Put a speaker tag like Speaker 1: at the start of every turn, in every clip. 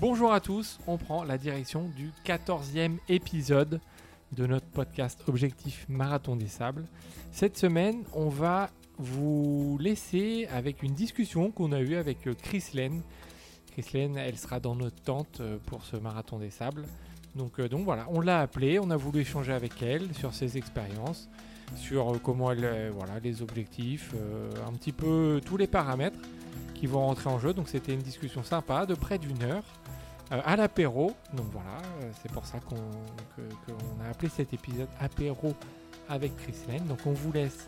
Speaker 1: Bonjour à tous, on prend la direction du 14e épisode de notre podcast Objectif Marathon des Sables. Cette semaine, on va vous laisser avec une discussion qu'on a eue avec euh, Chris Lane. Chris Lane, elle sera dans notre tente euh, pour ce Marathon des Sables. Donc, euh, donc voilà, on l'a appelée, on a voulu échanger avec elle sur ses expériences, sur euh, comment elle, euh, voilà, les objectifs, euh, un petit peu tous les paramètres qui vont rentrer en jeu. Donc c'était une discussion sympa de près d'une heure euh, à l'apéro. Donc voilà, euh, c'est pour ça qu'on que- qu'on a appelé cet épisode apéro avec Chris Lane. Donc on vous laisse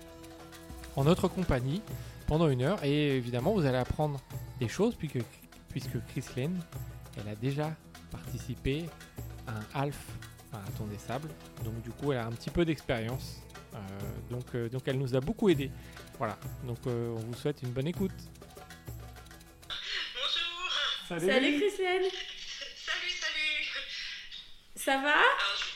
Speaker 1: en notre compagnie pendant une heure et évidemment vous allez apprendre des choses puisque, puisque Chris Lane, elle a déjà participé à un half marathon des sables. Donc du coup elle a un petit peu d'expérience. Euh, donc, euh, donc elle nous a beaucoup aidé. Voilà, donc euh, on vous souhaite une bonne écoute.
Speaker 2: Bonjour
Speaker 3: Salut Christelle,
Speaker 2: Salut, salut
Speaker 3: ça va
Speaker 2: Alors,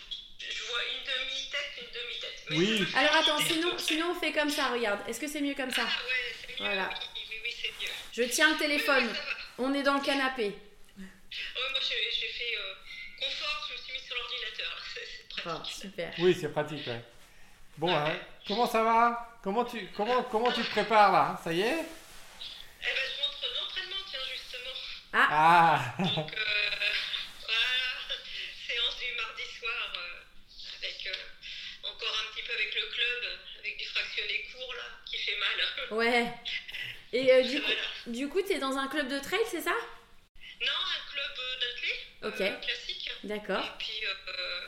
Speaker 2: je, je vois une demi-tête, une demi-tête. Mais
Speaker 1: Oui.
Speaker 2: c'est-
Speaker 3: Alors attends, sinon, sinon on fait comme ça, regarde. Est-ce que c'est mieux comme ça
Speaker 2: Ah ouais, c'est mieux.
Speaker 3: Voilà.
Speaker 2: Oui, oui, oui, c'est mieux.
Speaker 3: Je tiens le téléphone,
Speaker 2: Oui, ça va.
Speaker 3: on est dans le canapé.
Speaker 2: Ouais, moi, j'ai j'ai fait euh, confort, je me suis mise sur l'ordinateur. C'est c'est
Speaker 3: Bon,
Speaker 2: pratique.
Speaker 3: Oh, super.
Speaker 1: Oui, c'est pratique. ouais. Bon, hein, comment ça va comment tu, comment, comment tu te prépares là Ça y est
Speaker 2: Eh ben, je rentre d'entraînement, tiens, justement.
Speaker 1: Ah
Speaker 2: Donc, euh, voilà, séance du mardi soir, euh, avec euh, encore un petit peu avec le club, avec du fractionné court, là, qui fait mal.
Speaker 3: Ouais. Et euh, du coup,
Speaker 2: Voilà.
Speaker 3: du coup t'es dans un club de trail, c'est ça
Speaker 2: Non, un club euh, d'athlètes
Speaker 3: Ok.
Speaker 2: euh, classique.
Speaker 3: D'accord.
Speaker 2: Et puis, euh,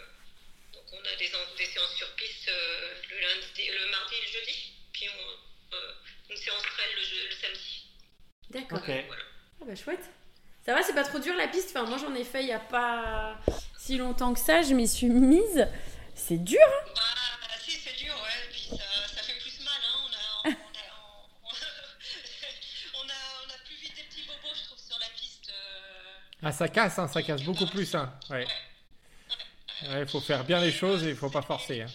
Speaker 2: donc on a des, en- des séances sur piste euh, le, lundi, le mardi et le jeudi. Puis on, euh, une séance trail le, je- le samedi.
Speaker 3: D'accord.
Speaker 1: Ok.
Speaker 3: Ah bah chouette. Ça va, c'est pas trop dur la piste Enfin, moi j'en ai fait il y a pas si longtemps que ça, je m'y suis mise. C'est dur
Speaker 2: Bah, si, c'est dur, ouais. Puis ça, ça fait plus mal. Hein. On, a, on, a, on, on a, on a plus vite des petits bobos, je trouve, sur la piste. euh.
Speaker 1: Ah, ça casse, hein, ça casse beaucoup plus. Hein. Ouais. Il faut faire bien les choses et il faut pas forcer. hein.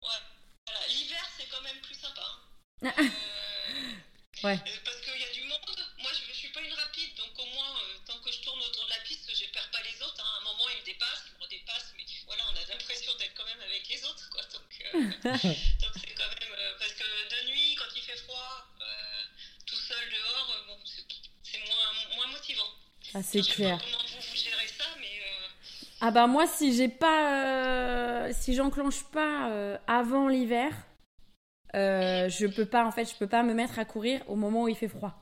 Speaker 2: Voilà, l'hiver, c'est quand même plus sympa. hein.
Speaker 3: Ah,
Speaker 2: Euh,
Speaker 3: Ouais.
Speaker 2: euh, Parce qu'il y a du monde. Moi, je ne suis pas une rapide, donc au moins, euh, tant que je tourne autour de la piste, je ne perds pas les autres. hein. À un moment, ils me dépassent, ils me redépassent, mais voilà, on a l'impression d'être quand même avec les autres. Quoi. Donc, euh, donc c'est quand même. euh, parce que de nuit, quand il fait froid, euh, tout seul dehors, euh, bon, c'est- c'est moins, moins motivant.
Speaker 3: Ah, c'est
Speaker 2: Je sais
Speaker 3: clair.
Speaker 2: pas comment vous, vous gérez ça, mais. euh,
Speaker 3: Ah bah moi si j'ai pas euh, si j'enclenche pas euh, avant l'hiver, euh, je peux pas en fait je peux pas me mettre à courir au moment où il fait froid.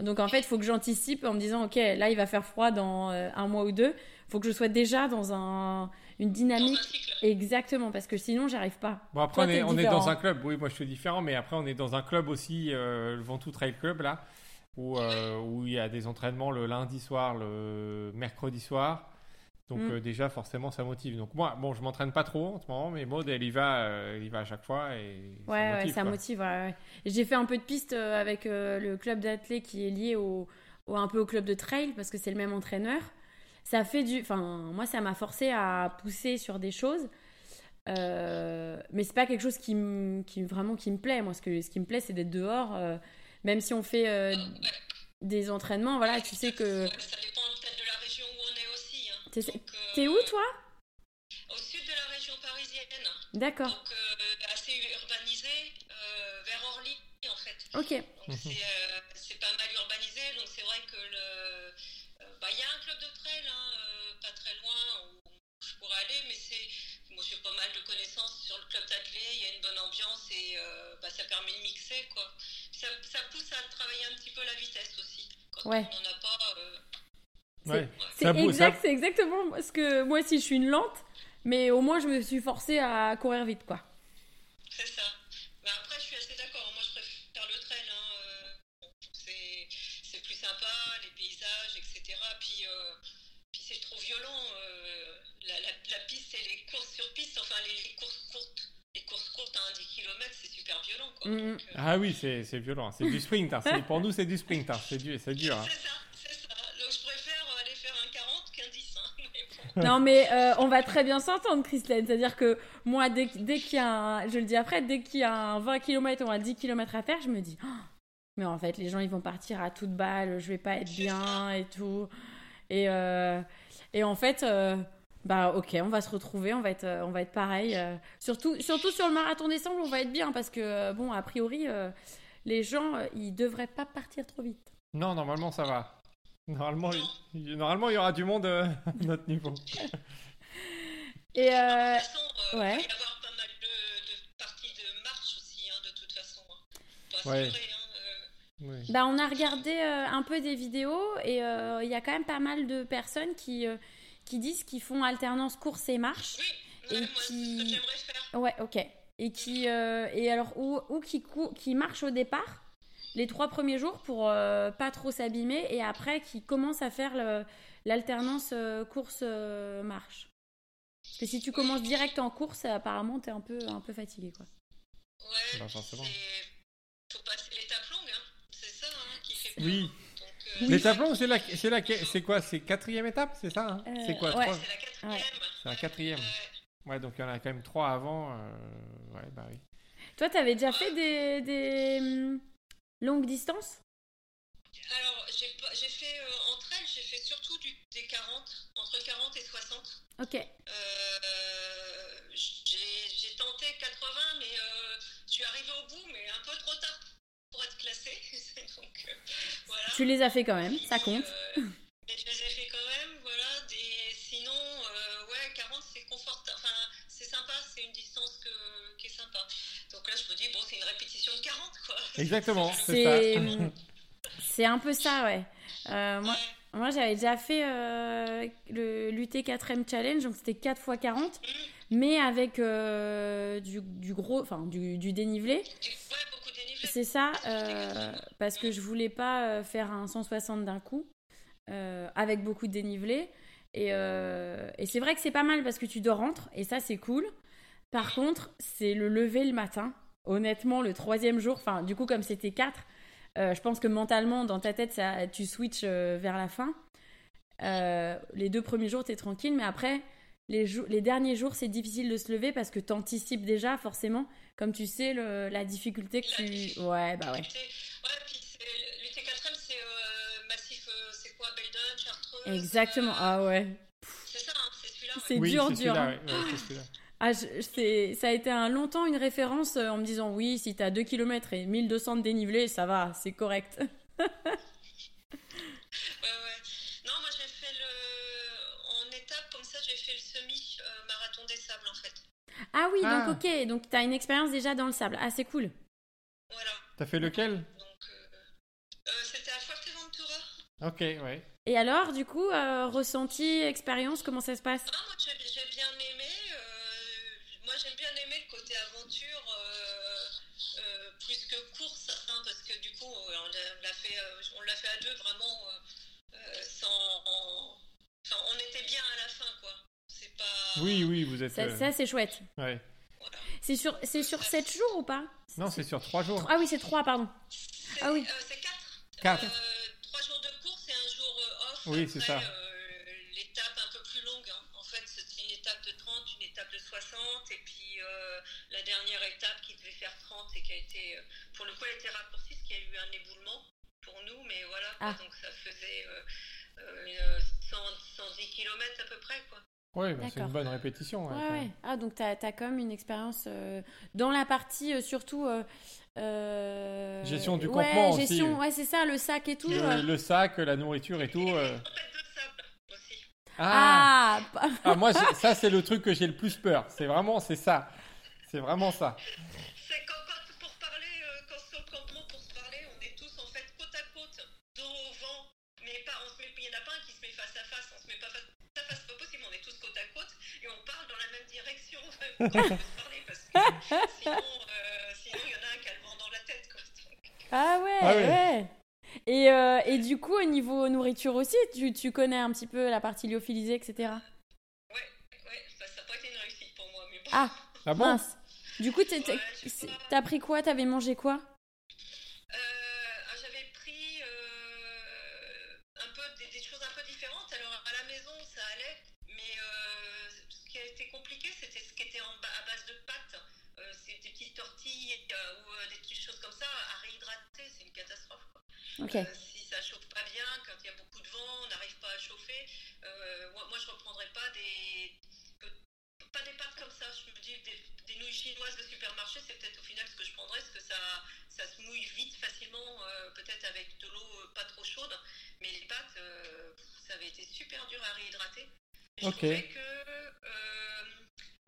Speaker 3: Donc en fait il faut que j'anticipe en me disant ok là il va faire froid dans euh, un mois ou deux, faut que je sois déjà dans un une
Speaker 2: dans un
Speaker 3: dynamique
Speaker 2: cycle.
Speaker 3: exactement parce que sinon j'arrive pas.
Speaker 1: Bon, après,
Speaker 3: Toi,
Speaker 1: on, est,
Speaker 3: t'es
Speaker 1: on est dans
Speaker 3: différent.
Speaker 1: un club. Oui, moi, je suis différent, mais après, on est dans un club aussi, euh, le Ventoux Trail Club, là, où, euh, où il y a des entraînements le lundi soir, le mercredi soir. Donc,
Speaker 3: Mm.
Speaker 1: euh, déjà, forcément, ça motive. Donc, moi, bon, je m'entraîne pas trop en ce moment, mais Maud, elle y va, euh, elle y va à chaque fois. Et ça
Speaker 3: Ouais, ouais,
Speaker 1: motive.
Speaker 3: ça
Speaker 1: quoi.
Speaker 3: motive. ouais, ouais. J'ai fait un peu de piste euh, avec euh, le club d'athlètes qui est lié au, au- un peu au club de trail parce que c'est le même entraîneur. Ça fait du, enfin, moi, ça m'a forcé à pousser sur des choses, Euh, mais c'est pas quelque chose qui, me- qui vraiment qui me plaît. Moi, ce que ce qui me plaît, c'est d'être dehors, euh, même si on fait euh, des entraînements. Voilà, tu sais que
Speaker 2: Ouais, Ça dépend peut-être de la région où on est aussi. hein.
Speaker 3: t'es
Speaker 2: Donc, euh,
Speaker 3: t'es où toi
Speaker 2: Au sud de la région parisienne,
Speaker 3: D'accord.
Speaker 2: donc euh, assez urbanisé, euh, vers Orly en fait.
Speaker 3: Ok.
Speaker 2: Donc
Speaker 1: Mhm.
Speaker 2: c'est, euh, c'est pas mal urbanisé, donc c'est vrai que le, euh, bah, il y a un club de trail, hein, euh, pas très loin où je pourrais aller, mais c'est, moi j'ai pas mal de connaissances sur le club d'athlètes, il y a une bonne ambiance et euh, bah, ça permet de mixer quoi. Ça, ça pousse à travailler un petit peu la vitesse aussi. Quand
Speaker 3: Ouais.
Speaker 2: on n'en a pas, euh,
Speaker 3: C'est-
Speaker 1: Ouais.
Speaker 3: C'est
Speaker 1: Ça bouge,
Speaker 3: exact,
Speaker 1: ça-
Speaker 3: c'est exactement moi, ce que moi aussi je suis une lente, mais au moins je me suis forcée à courir vite quoi.
Speaker 2: C'est ça. Mais après, je suis assez d'accord. Moi, je préfère le trail. hein. Euh, C'est c'est plus sympa, les paysages, etc. Puis, euh, puis c'est trop violent. euh, la, la- la piste et les courses sur piste, enfin, les, les courses courtes. Les courses courtes à 10 km, c'est super violent. Quoi.
Speaker 3: Mhm.
Speaker 2: Donc, euh,
Speaker 1: Ah oui, c'est c'est violent. C'est du sprint. hein. C'est- Pour nous, c'est du sprint. hein. C'est du- c'est dur. hein.
Speaker 2: C'est ça, c'est ça. Donc, je préfère aller faire un 40 qu'un 10. hein. Mais bon.
Speaker 3: Non, mais euh, on va très bien s'entendre, Christelle. C'est-à-dire que moi, dès, dès qu'il y a un, je le dis après, dès qu'il y a un 20 km ou un 10 km à faire, je me dis, Oh, mais en fait, les gens, ils vont partir à toute balle, je vais pas être bien et tout. Et, euh, et en fait, euh, bah ok, on va se retrouver, on va être, on va être pareil. euh. surtout, surtout sur le marathon des Sables, on va être bien parce que, euh, bon, a priori, euh, les gens, euh, ils devraient pas partir trop vite.
Speaker 1: Non, normalement, ça va. Normalement, il, normalement, il y aura du monde euh, à notre niveau.
Speaker 3: Et
Speaker 2: De
Speaker 3: euh,
Speaker 2: toute façon, euh,
Speaker 3: ouais.
Speaker 2: il va y avoir pas mal de, de parties de marche aussi, hein, de toute façon. Hein. Faut
Speaker 1: Ouais.
Speaker 2: assurer, hein, euh,
Speaker 1: Oui.
Speaker 3: Bah, on a regardé euh, un peu des vidéos et euh, il y a quand même pas mal de personnes qui, euh, qui disent qu'ils font alternance course et marche.
Speaker 2: Oui,
Speaker 3: Et
Speaker 2: ouais, moi, c'est ce
Speaker 3: qui-
Speaker 2: que j'aimerais faire.
Speaker 3: Ouais, ok. Et qui euh, et alors ou, ou qui cou- qui marche au départ les trois premiers jours pour euh, pas trop s'abîmer et après qui commence à faire le- l'alternance euh, course euh, marche. Parce que si tu commences direct en course, apparemment t'es un peu un peu fatigué quoi.
Speaker 2: Ouais,
Speaker 1: Bah, forcément.
Speaker 2: c'est- faut passer l'étape longue, hein. c'est ça hein, qui fait peur.
Speaker 1: Oui.
Speaker 2: Donc, euh,
Speaker 3: Oui.
Speaker 1: L'étape longue, c'est la, c'est la, c'est quoi C'est quatrième étape, c'est ça hein
Speaker 3: Euh,
Speaker 1: C'est quoi
Speaker 3: ouais.
Speaker 1: trois
Speaker 2: C'est la quatrième. Euh,
Speaker 3: Ouais.
Speaker 1: C'est la quatrième.
Speaker 2: Ouais.
Speaker 1: Ouais, donc il y en a quand même trois avant. euh, Ouais, bah oui.
Speaker 3: Toi, t'avais déjà fait des des hum, longues distances
Speaker 2: Alors, j'ai pas- j'ai fait euh, entre elles, j'ai fait surtout du, des 40, entre 40 et 60.
Speaker 3: Ok.
Speaker 2: Euh, j'ai j'ai tenté 80, mais euh, je suis arrivée au bout, mais un peu trop tard pour être classée. Donc, euh, voilà.
Speaker 3: Tu les as fait quand même, ça compte.
Speaker 2: Euh, mais je les ai fait quand même, voilà. Des... Sinon, euh, ouais, 40, c'est confortable. Enfin, c'est sympa, c'est une distance que... qui est sympa. Donc là, je me dis, bon, c'est une répétition de 40, quoi.
Speaker 1: Exactement, c'est ça.
Speaker 3: C'est euh, c'est un peu ça, ouais. Euh, moi,
Speaker 2: Ouais.
Speaker 3: Moi, j'avais déjà fait euh, le l'UT4M Challenge, donc c'était 4 x 40, mais avec euh, du, du gros, enfin du, du dénivelé.
Speaker 2: Du- Ouais, beaucoup de dénivelé.
Speaker 3: C'est ça, euh, parce que je voulais pas euh, faire un 160 d'un coup, euh, avec beaucoup de dénivelé. Et, euh, et c'est vrai que c'est pas mal parce que tu dors rentre, et ça c'est cool. Par contre, c'est le lever le matin. Honnêtement, le troisième jour, enfin du coup comme c'était 4, je pense que mentalement, dans ta tête, ça, tu switches euh, vers la fin. Euh, les deux premiers jours, t'es tranquille, mais après, les, jou- les derniers jours, c'est difficile de se lever parce que t'anticipes déjà, forcément, comme tu sais, le- la difficulté que tu. Ouais, bah ouais.
Speaker 2: L'UT- Ouais, puis c'est- l'UT4M, c'est euh, massif, euh, c'est quoi, Belden, Chartreuse
Speaker 3: Exactement.
Speaker 2: euh,
Speaker 3: Ah ouais.
Speaker 2: C'est ça, hein, c'est celui-là.
Speaker 3: C'est
Speaker 1: oui,
Speaker 3: dur,
Speaker 1: c'est
Speaker 3: dur.
Speaker 1: celui-là,
Speaker 3: hein.
Speaker 1: ouais, ouais, c'est celui-là.
Speaker 3: Ah, je- c'est- ça a été un longtemps une référence euh, en me disant oui, si t'as 2 km et 1200 de dénivelé, ça va, c'est correct.
Speaker 2: Ouais, ouais. Non, moi j'ai fait le. En étape, comme ça, j'ai fait le semi-marathon des sables, en fait.
Speaker 3: Ah oui,
Speaker 1: Ah.
Speaker 3: donc ok, donc t'as une expérience déjà dans le sable. Ah, c'est cool.
Speaker 2: Voilà.
Speaker 1: T'as fait lequel
Speaker 2: Donc, euh, euh, c'était à Fuerteventura.
Speaker 1: Ok, ouais.
Speaker 3: Et alors, du coup, euh, ressenti, expérience, comment ça se passe
Speaker 2: Ah, moi j'ai j'ai bien aimé. euh, moi j'aime bien aimer le côté aventure euh, euh, plus que course, hein, parce que du coup euh, on l'a- on l'a fait, euh, on l'a fait à deux vraiment euh, euh, sans. en- Enfin, on était bien à la fin, quoi. C'est pas.
Speaker 1: Oui, oui, vous êtes.
Speaker 3: Ça,
Speaker 1: euh,
Speaker 3: ça, c'est chouette.
Speaker 1: ouais.
Speaker 2: Voilà.
Speaker 3: C'est sur, c'est sur 7 jours ou pas
Speaker 1: Non, c'est sur trois jours.
Speaker 3: Ah oui, c'est 3, pardon.
Speaker 2: C'est-
Speaker 3: Ah oui.
Speaker 2: euh, c'est quatre.
Speaker 1: Quatre.
Speaker 2: Euh, trois jours de course et un jour euh, off.
Speaker 1: Oui,
Speaker 2: Après,
Speaker 1: c'est ça.
Speaker 2: euh, L'étape un peu plus longue. hein. En fait, c'est une étape de 30, une étape de 60. Et puis euh, la dernière étape qui devait faire 30 et qui a été. euh, pour le coup, elle a été raccourcie parce qu'il y a eu un éboulement pour nous. Mais voilà. quoi.
Speaker 3: Ah.
Speaker 2: Donc ça faisait euh, euh, 100 110 km à peu près. quoi.
Speaker 1: Ouais, bah, c'est
Speaker 3: D'accord.
Speaker 1: une bonne répétition. ouais,
Speaker 3: Ouais,
Speaker 1: quand
Speaker 3: ouais.
Speaker 1: même.
Speaker 3: Ah, donc t'as as quand même une expérience euh, dans la partie euh, surtout. euh, euh,
Speaker 1: Gestion du
Speaker 3: ouais,
Speaker 1: campement aussi.
Speaker 3: gestion, Ouais, c'est ça, le sac et tout. euh.
Speaker 1: Le, le sac, la nourriture et tout. euh.
Speaker 2: En fait, de sable aussi.
Speaker 1: Ah,
Speaker 3: Ah, bah,
Speaker 1: Ah, moi, c'est- ça, c'est le truc que j'ai le plus peur. C'est vraiment, c'est ça. C'est vraiment ça.
Speaker 2: C'est quand, quand- pour parler, euh, quand sur le campement, pour se parler, on est tous en fait côte à côte, dos au vent, mais pas, on se met, il n'y en a pas un qui se met face à face, on se met pas face à face, c'est pas possible, on est tous côte à côte et on parle dans la même direction. on peut se parler parce que sinon, euh, sinon, il y en a un qui a le vent dans la tête. Quoi.
Speaker 3: ah ouais,
Speaker 1: Ah ouais.
Speaker 3: ouais. Et, euh, et du coup, au niveau nourriture aussi, tu, tu connais un petit peu la partie lyophilisée, etc.
Speaker 2: Ouais, ouais, bah, ça n'a pas été une réussite pour moi, mais bon.
Speaker 3: Ah,
Speaker 1: Ah bon
Speaker 3: mince. Du coup, t'es- t'es-
Speaker 2: Ouais, je sais pas.
Speaker 3: t'as pris quoi T'avais mangé quoi
Speaker 2: Euh, ah, J'avais pris euh, un peu des, des choses un peu différentes. Alors à la maison ça allait, mais euh, ce qui a été compliqué c'était ce qui était en ba- à base de pâtes. Euh, c'est des petites tortilles euh, ou euh, des petites choses comme ça à réhydrater, c'est une catastrophe. quoi.
Speaker 3: Ok.
Speaker 2: Euh, si ça chauffe pas bien, quand il y a beaucoup de vent, on n'arrive pas à chauffer. Euh, moi, moi, je ne reprendrai pas des, pas des pâtes comme ça. Je me dis, des, des nouilles chinoises de supermarché, c'est peut-être au final ce que je prendrais, parce que ça, ça se mouille vite, facilement, euh, peut-être avec de l'eau euh, pas trop chaude. Mais les pâtes, euh, ça avait été super dur à réhydrater. Et
Speaker 1: Ok.
Speaker 2: Je trouvais que euh,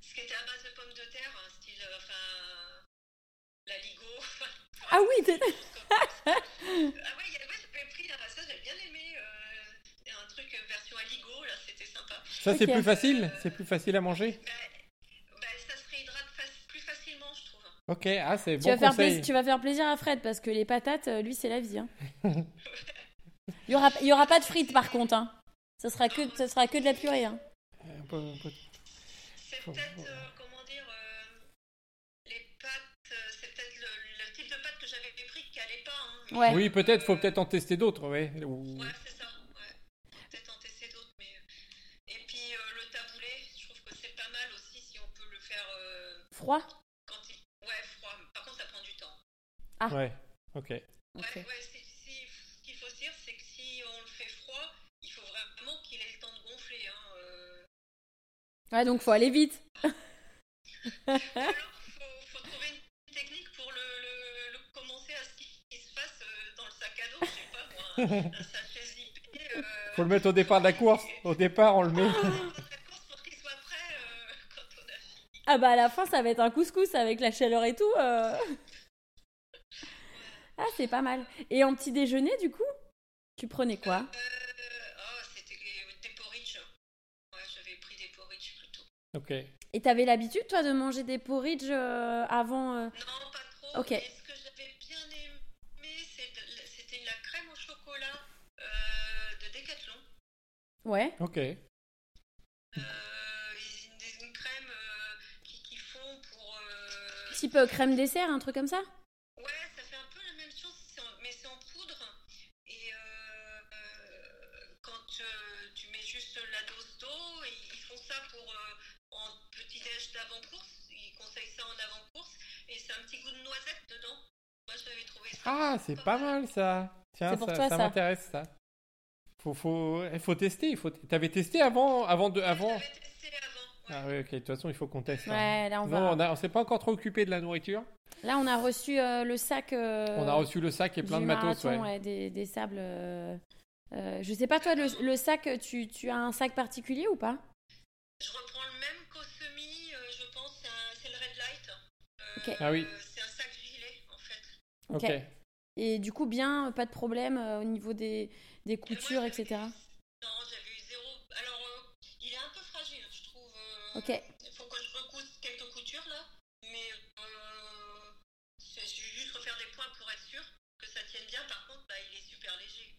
Speaker 2: ce qui était à base de pommes de terre, hein, style, euh, enfin, la ligo.
Speaker 3: Ah oui, t'es-
Speaker 2: Ah ouais, il y a- ouais, j'avais pris là, ça, j'avais bien aimé. euh, un truc version aligo, là, c'était sympa.
Speaker 1: Ça, c'est
Speaker 3: Ok.
Speaker 1: plus facile C'est plus facile à manger
Speaker 2: Bah, bah, ça se réhydrate fac- plus facilement, je trouve.
Speaker 1: Ok, ah, c'est
Speaker 3: tu,
Speaker 1: bon
Speaker 3: vas faire
Speaker 1: conseil.
Speaker 3: plais- tu vas faire plaisir à Fred parce que les patates, euh, lui, c'est la vie. hein. Il y aura, il y aura pas de frites par contre. Hein. Ça sera que, ça sera que de la purée. hein.
Speaker 1: Euh, po- po-
Speaker 2: C'est
Speaker 1: Faut
Speaker 2: peut-être,
Speaker 1: voir.
Speaker 2: euh, comment dire, euh, les pâtes, euh, c'est peut-être le, le type de pâte que j'avais pris qui allait pas. hein, mais-
Speaker 3: Ouais.
Speaker 1: Oui, peut-être, faut peut-être en tester d'autres, ouais. Ou-
Speaker 2: Ouais, c'est ça. Ouais. Peut-être en tester d'autres. Mais... Et puis euh, le taboulé, je trouve que c'est pas mal aussi si on peut le faire euh,
Speaker 3: Froid.
Speaker 2: quand il. Ouais, froid. Par contre, ça prend du temps.
Speaker 3: Ah.
Speaker 1: Ouais, ok.
Speaker 2: Ouais, ouais, c'est- si- ce qu'il faut se dire, c'est que si on le fait froid, il faut vraiment qu'il ait le temps de gonfler. Hein, euh.
Speaker 3: Ouais, donc faut aller vite.
Speaker 2: Ou alors, faut, faut trouver une technique pour le, le- le commencer à ce qu'il qu'il se fasse euh, dans le sac à dos, je sais pas moi, un, un sachet zippé. euh,
Speaker 1: Faut le mettre au départ de la course. Au départ, on le met.
Speaker 2: dans la course pour qu'il soit prêt euh, quand on a fini.
Speaker 3: Ah bah à la fin, ça va être un couscous avec la chaleur et tout. euh. Ah, c'est pas mal. Et en petit déjeuner, du coup, tu prenais quoi
Speaker 1: Ah.
Speaker 2: Euh, oh, c'était des porridge. Ouais, j'avais pris des porridge plutôt.
Speaker 1: Ok.
Speaker 3: Et t'avais l'habitude, toi, de manger des porridge euh, avant euh,
Speaker 2: Non, pas trop.
Speaker 3: Ok.
Speaker 2: Mais ce que j'avais bien aimé, c'est de- c'était la crème au chocolat euh, de Decathlon.
Speaker 3: Ouais.
Speaker 1: Ok.
Speaker 2: Euh, une, une crème euh, qui, qui font pour. euh,
Speaker 3: Type euh, crème dessert, un truc comme ça
Speaker 2: Ouais, ça fait un peu la même chose, c'est en- mais c'est en poudre. Et euh, euh, quand euh, tu mets juste la dose d'eau, et ils font ça pour euh, en petit déj d'avant-course. Ils conseillent ça en avant-course. Et c'est un petit goût de noisette dedans. Moi, j'avais trouvé ça.
Speaker 1: Ah, c'est pas mal ça. Tiens,
Speaker 3: C'est pour
Speaker 1: ça,
Speaker 3: toi,
Speaker 1: ça
Speaker 3: ça.
Speaker 1: m'intéresse ça. Faut, faut, eh, faut tester. il Faut... T'avais testé avant, avant de, avant.
Speaker 2: J'avais testé avant. ouais.
Speaker 1: Ah oui, ok. De toute façon, il faut qu'on teste. hein.
Speaker 3: Ouais, là, on va.
Speaker 1: Non, on, a- on s'est pas encore trop occupé de la nourriture.
Speaker 3: Là, on a reçu euh, le sac. euh,
Speaker 1: On a reçu le sac et plein
Speaker 3: du
Speaker 1: de matos.
Speaker 3: marathon,
Speaker 1: Ouais.
Speaker 3: ouais, des, des sables. euh, euh, je sais pas, toi, le, le sac, tu, tu as un sac particulier ou pas
Speaker 2: Je reprends le même qu'au semi, euh, je pense, c'est un- c'est le Red Light. Euh,
Speaker 3: Ok.
Speaker 1: Ah oui.
Speaker 2: C'est un sac gilet, en fait.
Speaker 1: Ok.
Speaker 3: Ok. Et du coup, bien, pas de problème euh, au niveau des, des
Speaker 2: Et moi,
Speaker 3: coutures,
Speaker 2: j'avais
Speaker 3: etc.
Speaker 2: eu- Non, j'avais eu zéro. Alors, euh, il est un peu fragile, je trouve. euh,
Speaker 3: Ok.
Speaker 2: Il faut que je recousse quelques coutures là. Mais euh, c'est- je vais juste refaire des points pour être sûr que ça tienne bien. Par contre, bah, il est super léger.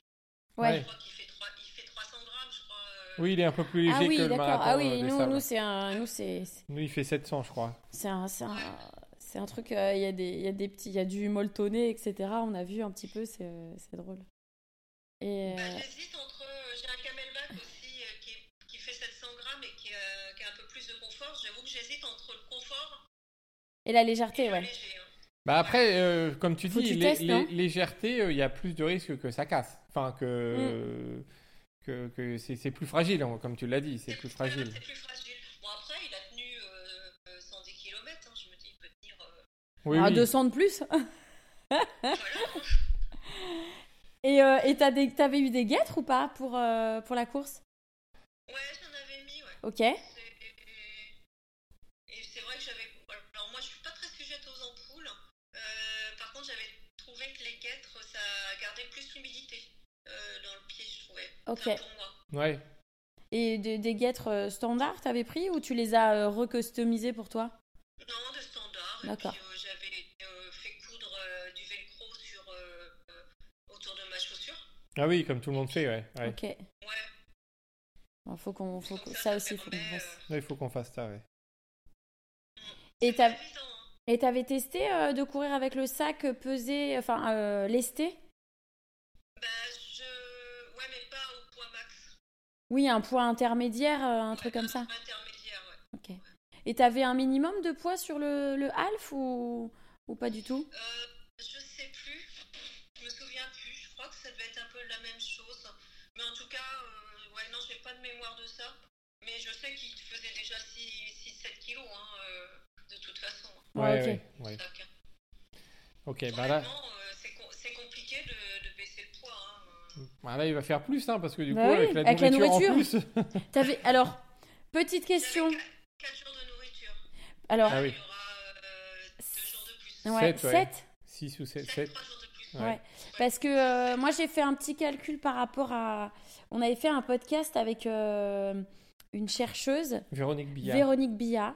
Speaker 3: Ouais.
Speaker 2: Je crois qu'il fait, trois- il fait 300 grammes, je crois. euh,
Speaker 1: Oui, il est un peu plus léger
Speaker 3: Ah oui,
Speaker 1: que le
Speaker 3: d'accord.
Speaker 1: marathon
Speaker 3: Ah
Speaker 1: euh,
Speaker 3: oui,
Speaker 1: des
Speaker 3: nous,
Speaker 1: sables.
Speaker 3: nous c'est un, nous c'est, c'est-
Speaker 1: Nous, il fait 700, je crois.
Speaker 3: c'est un, c'est un, c'est un truc. euh, Il y a des, il y a des petits, il y a du molletonné, etc. On a vu un petit peu, c'est, euh, c'est drôle. Et
Speaker 2: Bah,
Speaker 3: euh,
Speaker 2: J'hésite entre. euh, J'ai un camelback aussi euh, qui, est- qui fait 700 grammes et qui a, qui a un peu plus de confort. J'avoue que j'hésite entre le confort
Speaker 3: et la
Speaker 2: et
Speaker 3: légèreté,
Speaker 2: le
Speaker 3: ouais.
Speaker 2: léger. hein.
Speaker 1: Bah après, euh, comme tu
Speaker 3: Faut
Speaker 1: dis,
Speaker 3: que tu
Speaker 1: lé-
Speaker 3: testes, hein.
Speaker 1: lé-
Speaker 3: non
Speaker 1: légèreté, euh, il y a plus de risques que ça casse. Enfin,
Speaker 3: Mm.
Speaker 1: que, que, que c'est c'est plus fragile, hein, comme tu l'as dit, c'est plus fragile.
Speaker 2: C'est plus fragile. Bon, après, il a tenu euh, euh, 110 km. je me dis, il peut tenir. euh,
Speaker 1: Oui,
Speaker 3: Ah,
Speaker 1: oui.
Speaker 3: 200 de plus.
Speaker 2: voilà.
Speaker 3: Et euh, et t'as des- t'avais eu des guêtres ou pas pour euh, pour la course
Speaker 2: Ouais, j'en avais mis, ouais.
Speaker 3: Ok.
Speaker 2: C'est- Et c'est vrai que j'avais. Alors, moi, je suis pas très sujette aux ampoules. Euh, par contre, j'avais trouvé que les guêtres, ça gardait plus l'humidité euh, dans le pied, je trouvais.
Speaker 3: Ok.
Speaker 2: Enfin, pour moi.
Speaker 1: Ouais.
Speaker 3: Et des, des guêtres euh, standards, t'avais pris ou tu les as euh, recustomisées pour toi
Speaker 2: Non, de standard.
Speaker 3: D'accord.
Speaker 2: Et puis, euh, j'avais euh, fait coudre euh, du velcro sur, euh, euh, autour de ma chaussure.
Speaker 1: Ah oui, comme tout le monde fait, ouais. ouais.
Speaker 3: Ok.
Speaker 2: Ouais.
Speaker 3: Bon, faut qu'on, faut
Speaker 2: Donc
Speaker 3: qu'on- ça aussi,
Speaker 2: permet,
Speaker 3: faut qu'on
Speaker 2: euh,
Speaker 3: fasse.
Speaker 1: Ouais, Il faut qu'on fasse ça, ouais.
Speaker 3: Et
Speaker 2: c'est pas
Speaker 3: t'as-
Speaker 2: évident, hein.
Speaker 3: Et t'avais testé euh, de courir avec le sac euh, pesé, enfin euh, lesté
Speaker 2: Bah, je. Ouais, mais pas au poids max.
Speaker 3: Oui, un poids intermédiaire, euh, un
Speaker 2: Ouais,
Speaker 3: truc comme ça.
Speaker 2: Intermédiaire, ouais.
Speaker 3: Et t'avais un minimum de poids sur le, le half ou, ou pas du tout
Speaker 2: Euh, je sais plus, je me souviens plus, je crois que ça devait être un peu la même chose. Mais en tout cas, euh, ouais, non, pas de mémoire de ça. Mais je sais qu'il faisait déjà 6-7 kilos, hein, euh, de toute façon.
Speaker 3: Ouais,
Speaker 1: ouais, ouais.
Speaker 2: Tac, hein.
Speaker 1: Ok, bah là,
Speaker 2: Honnêtement, euh, c'est co- c'est compliqué de, de baisser le poids. hein.
Speaker 1: bah là, il va faire plus, hein, parce que du
Speaker 3: Bah
Speaker 1: coup,
Speaker 3: oui,
Speaker 1: avec, la,
Speaker 3: avec la
Speaker 1: nourriture en
Speaker 3: nourriture.
Speaker 1: plus-
Speaker 3: T'avais- Alors, petite question.
Speaker 2: 4 jours de nourriture.
Speaker 3: Alors,
Speaker 1: Ah oui.
Speaker 2: Il y aura 2 jours de plus.
Speaker 3: ouais,
Speaker 1: Sept, ouais.
Speaker 3: 7
Speaker 1: 6 ou 7.
Speaker 2: 7, 3 jours de plus.
Speaker 1: Ouais.
Speaker 3: Ouais. Parce que euh, moi, j'ai fait un petit calcul par rapport à. On avait fait un podcast avec euh, une chercheuse,
Speaker 1: Véronique Billard.
Speaker 3: Véronique Billa.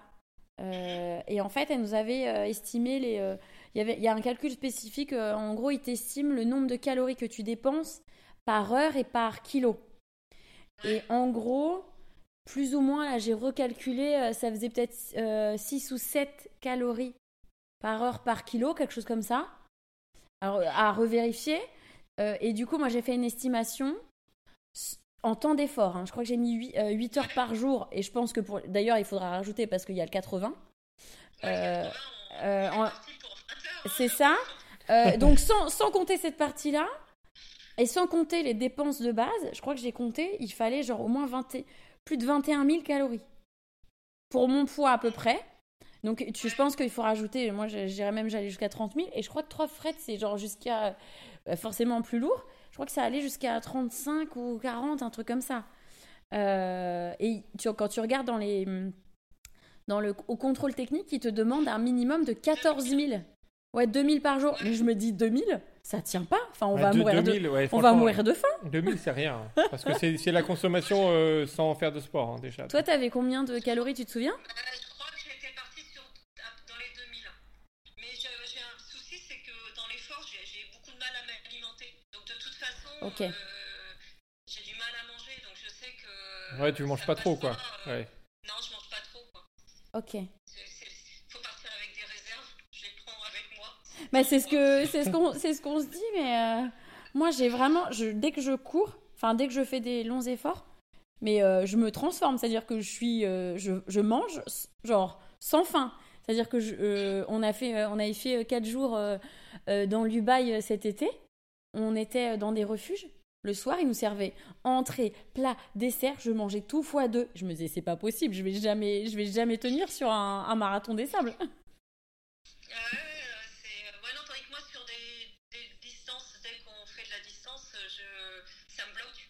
Speaker 3: Euh, et en fait, elle nous avait euh, estimé les. euh, il y avait- il y a un calcul spécifique. euh, en gros, il t'estime le nombre de calories que tu dépenses par heure et par kilo. Et en gros, plus ou moins, là, j'ai recalculé, euh, ça faisait peut-être 6 ou 7 calories par heure par kilo, quelque chose comme ça. Alors, euh, à revérifier. Euh, et du coup, moi, j'ai fait une estimation s- en temps d'effort. hein. Je crois que j'ai mis 8, heures par jour. Et je pense que pour. D'ailleurs, il faudra rajouter parce qu'il y a le 80. Euh, euh, en-
Speaker 2: hein.
Speaker 3: c'est ça. Euh, donc, sans, sans compter cette partie-là, et sans compter les dépenses de base, je crois que j'ai compté, il fallait genre au moins 20 et- plus de 21 000 calories. Pour mon poids à peu près. Donc, tu- je pense qu'il faut rajouter, moi je- j'irais même j'allais jusqu'à 30 000, et je crois que trois frettes, c'est genre jusqu'à. euh, forcément plus lourd. Je crois que ça allait jusqu'à 35 ou 40, un truc comme ça. Euh, et tu- quand tu regardes dans les. Dans le, au contrôle technique, ils te demandent un minimum de 14 000. Ouais, 2000 par jour. Mais je me dis 2000, ça tient pas. Enfin, on
Speaker 1: Ouais,
Speaker 3: va
Speaker 1: de-
Speaker 3: mourir de
Speaker 1: 2000, ouais,
Speaker 3: on va
Speaker 1: franchement,
Speaker 3: mourir de faim.
Speaker 1: 2000, c'est rien. hein, Parce que c'est c'est la consommation euh, sans faire de sport, hein, déjà.
Speaker 3: Toi, t'avais combien de calories, tu te souviens
Speaker 2: Euh, Je crois que j'étais partie sur, à- dans les 2000. Mais je- j'ai un souci, c'est que dans l'effort, j'ai- j'ai beaucoup de mal à m'alimenter. Donc de toute façon,
Speaker 3: Ok.
Speaker 2: euh, j'ai du mal à manger. Donc je sais que.
Speaker 1: Ouais, tu manges
Speaker 2: ça
Speaker 1: pas trop,
Speaker 2: passe
Speaker 1: quoi.
Speaker 2: pas, euh,
Speaker 1: Ouais.
Speaker 2: Non, je mange pas trop. quoi.
Speaker 3: Ok.
Speaker 2: C'est- c'est- faut partir avec des réserves. Je les prends avec moi.
Speaker 3: Bah, c'est ce que c'est ce qu'on c'est ce qu'on se dit, mais euh, moi j'ai vraiment je, dès que je cours, enfin dès que je fais des longs efforts, mais euh, je me transforme, c'est-à-dire que je suis euh, je, je mange s- genre sans faim. C'est-à-dire que je- euh, on a fait euh, on avait fait euh, quatre jours euh, euh, dans l'Ubaï euh, cet été. On était euh, dans des refuges. Le soir, ils nous servaient entrée, plat, dessert. Je mangeais tout fois deux. Je me disais c'est pas possible, je vais jamais je vais jamais tenir sur un- un marathon des sables.
Speaker 2: Ah ouais, euh, c'est. euh, Ouais, non, tandis que moi, sur des, des distances, dès qu'on fait de la distance, euh, je... ça me bloque.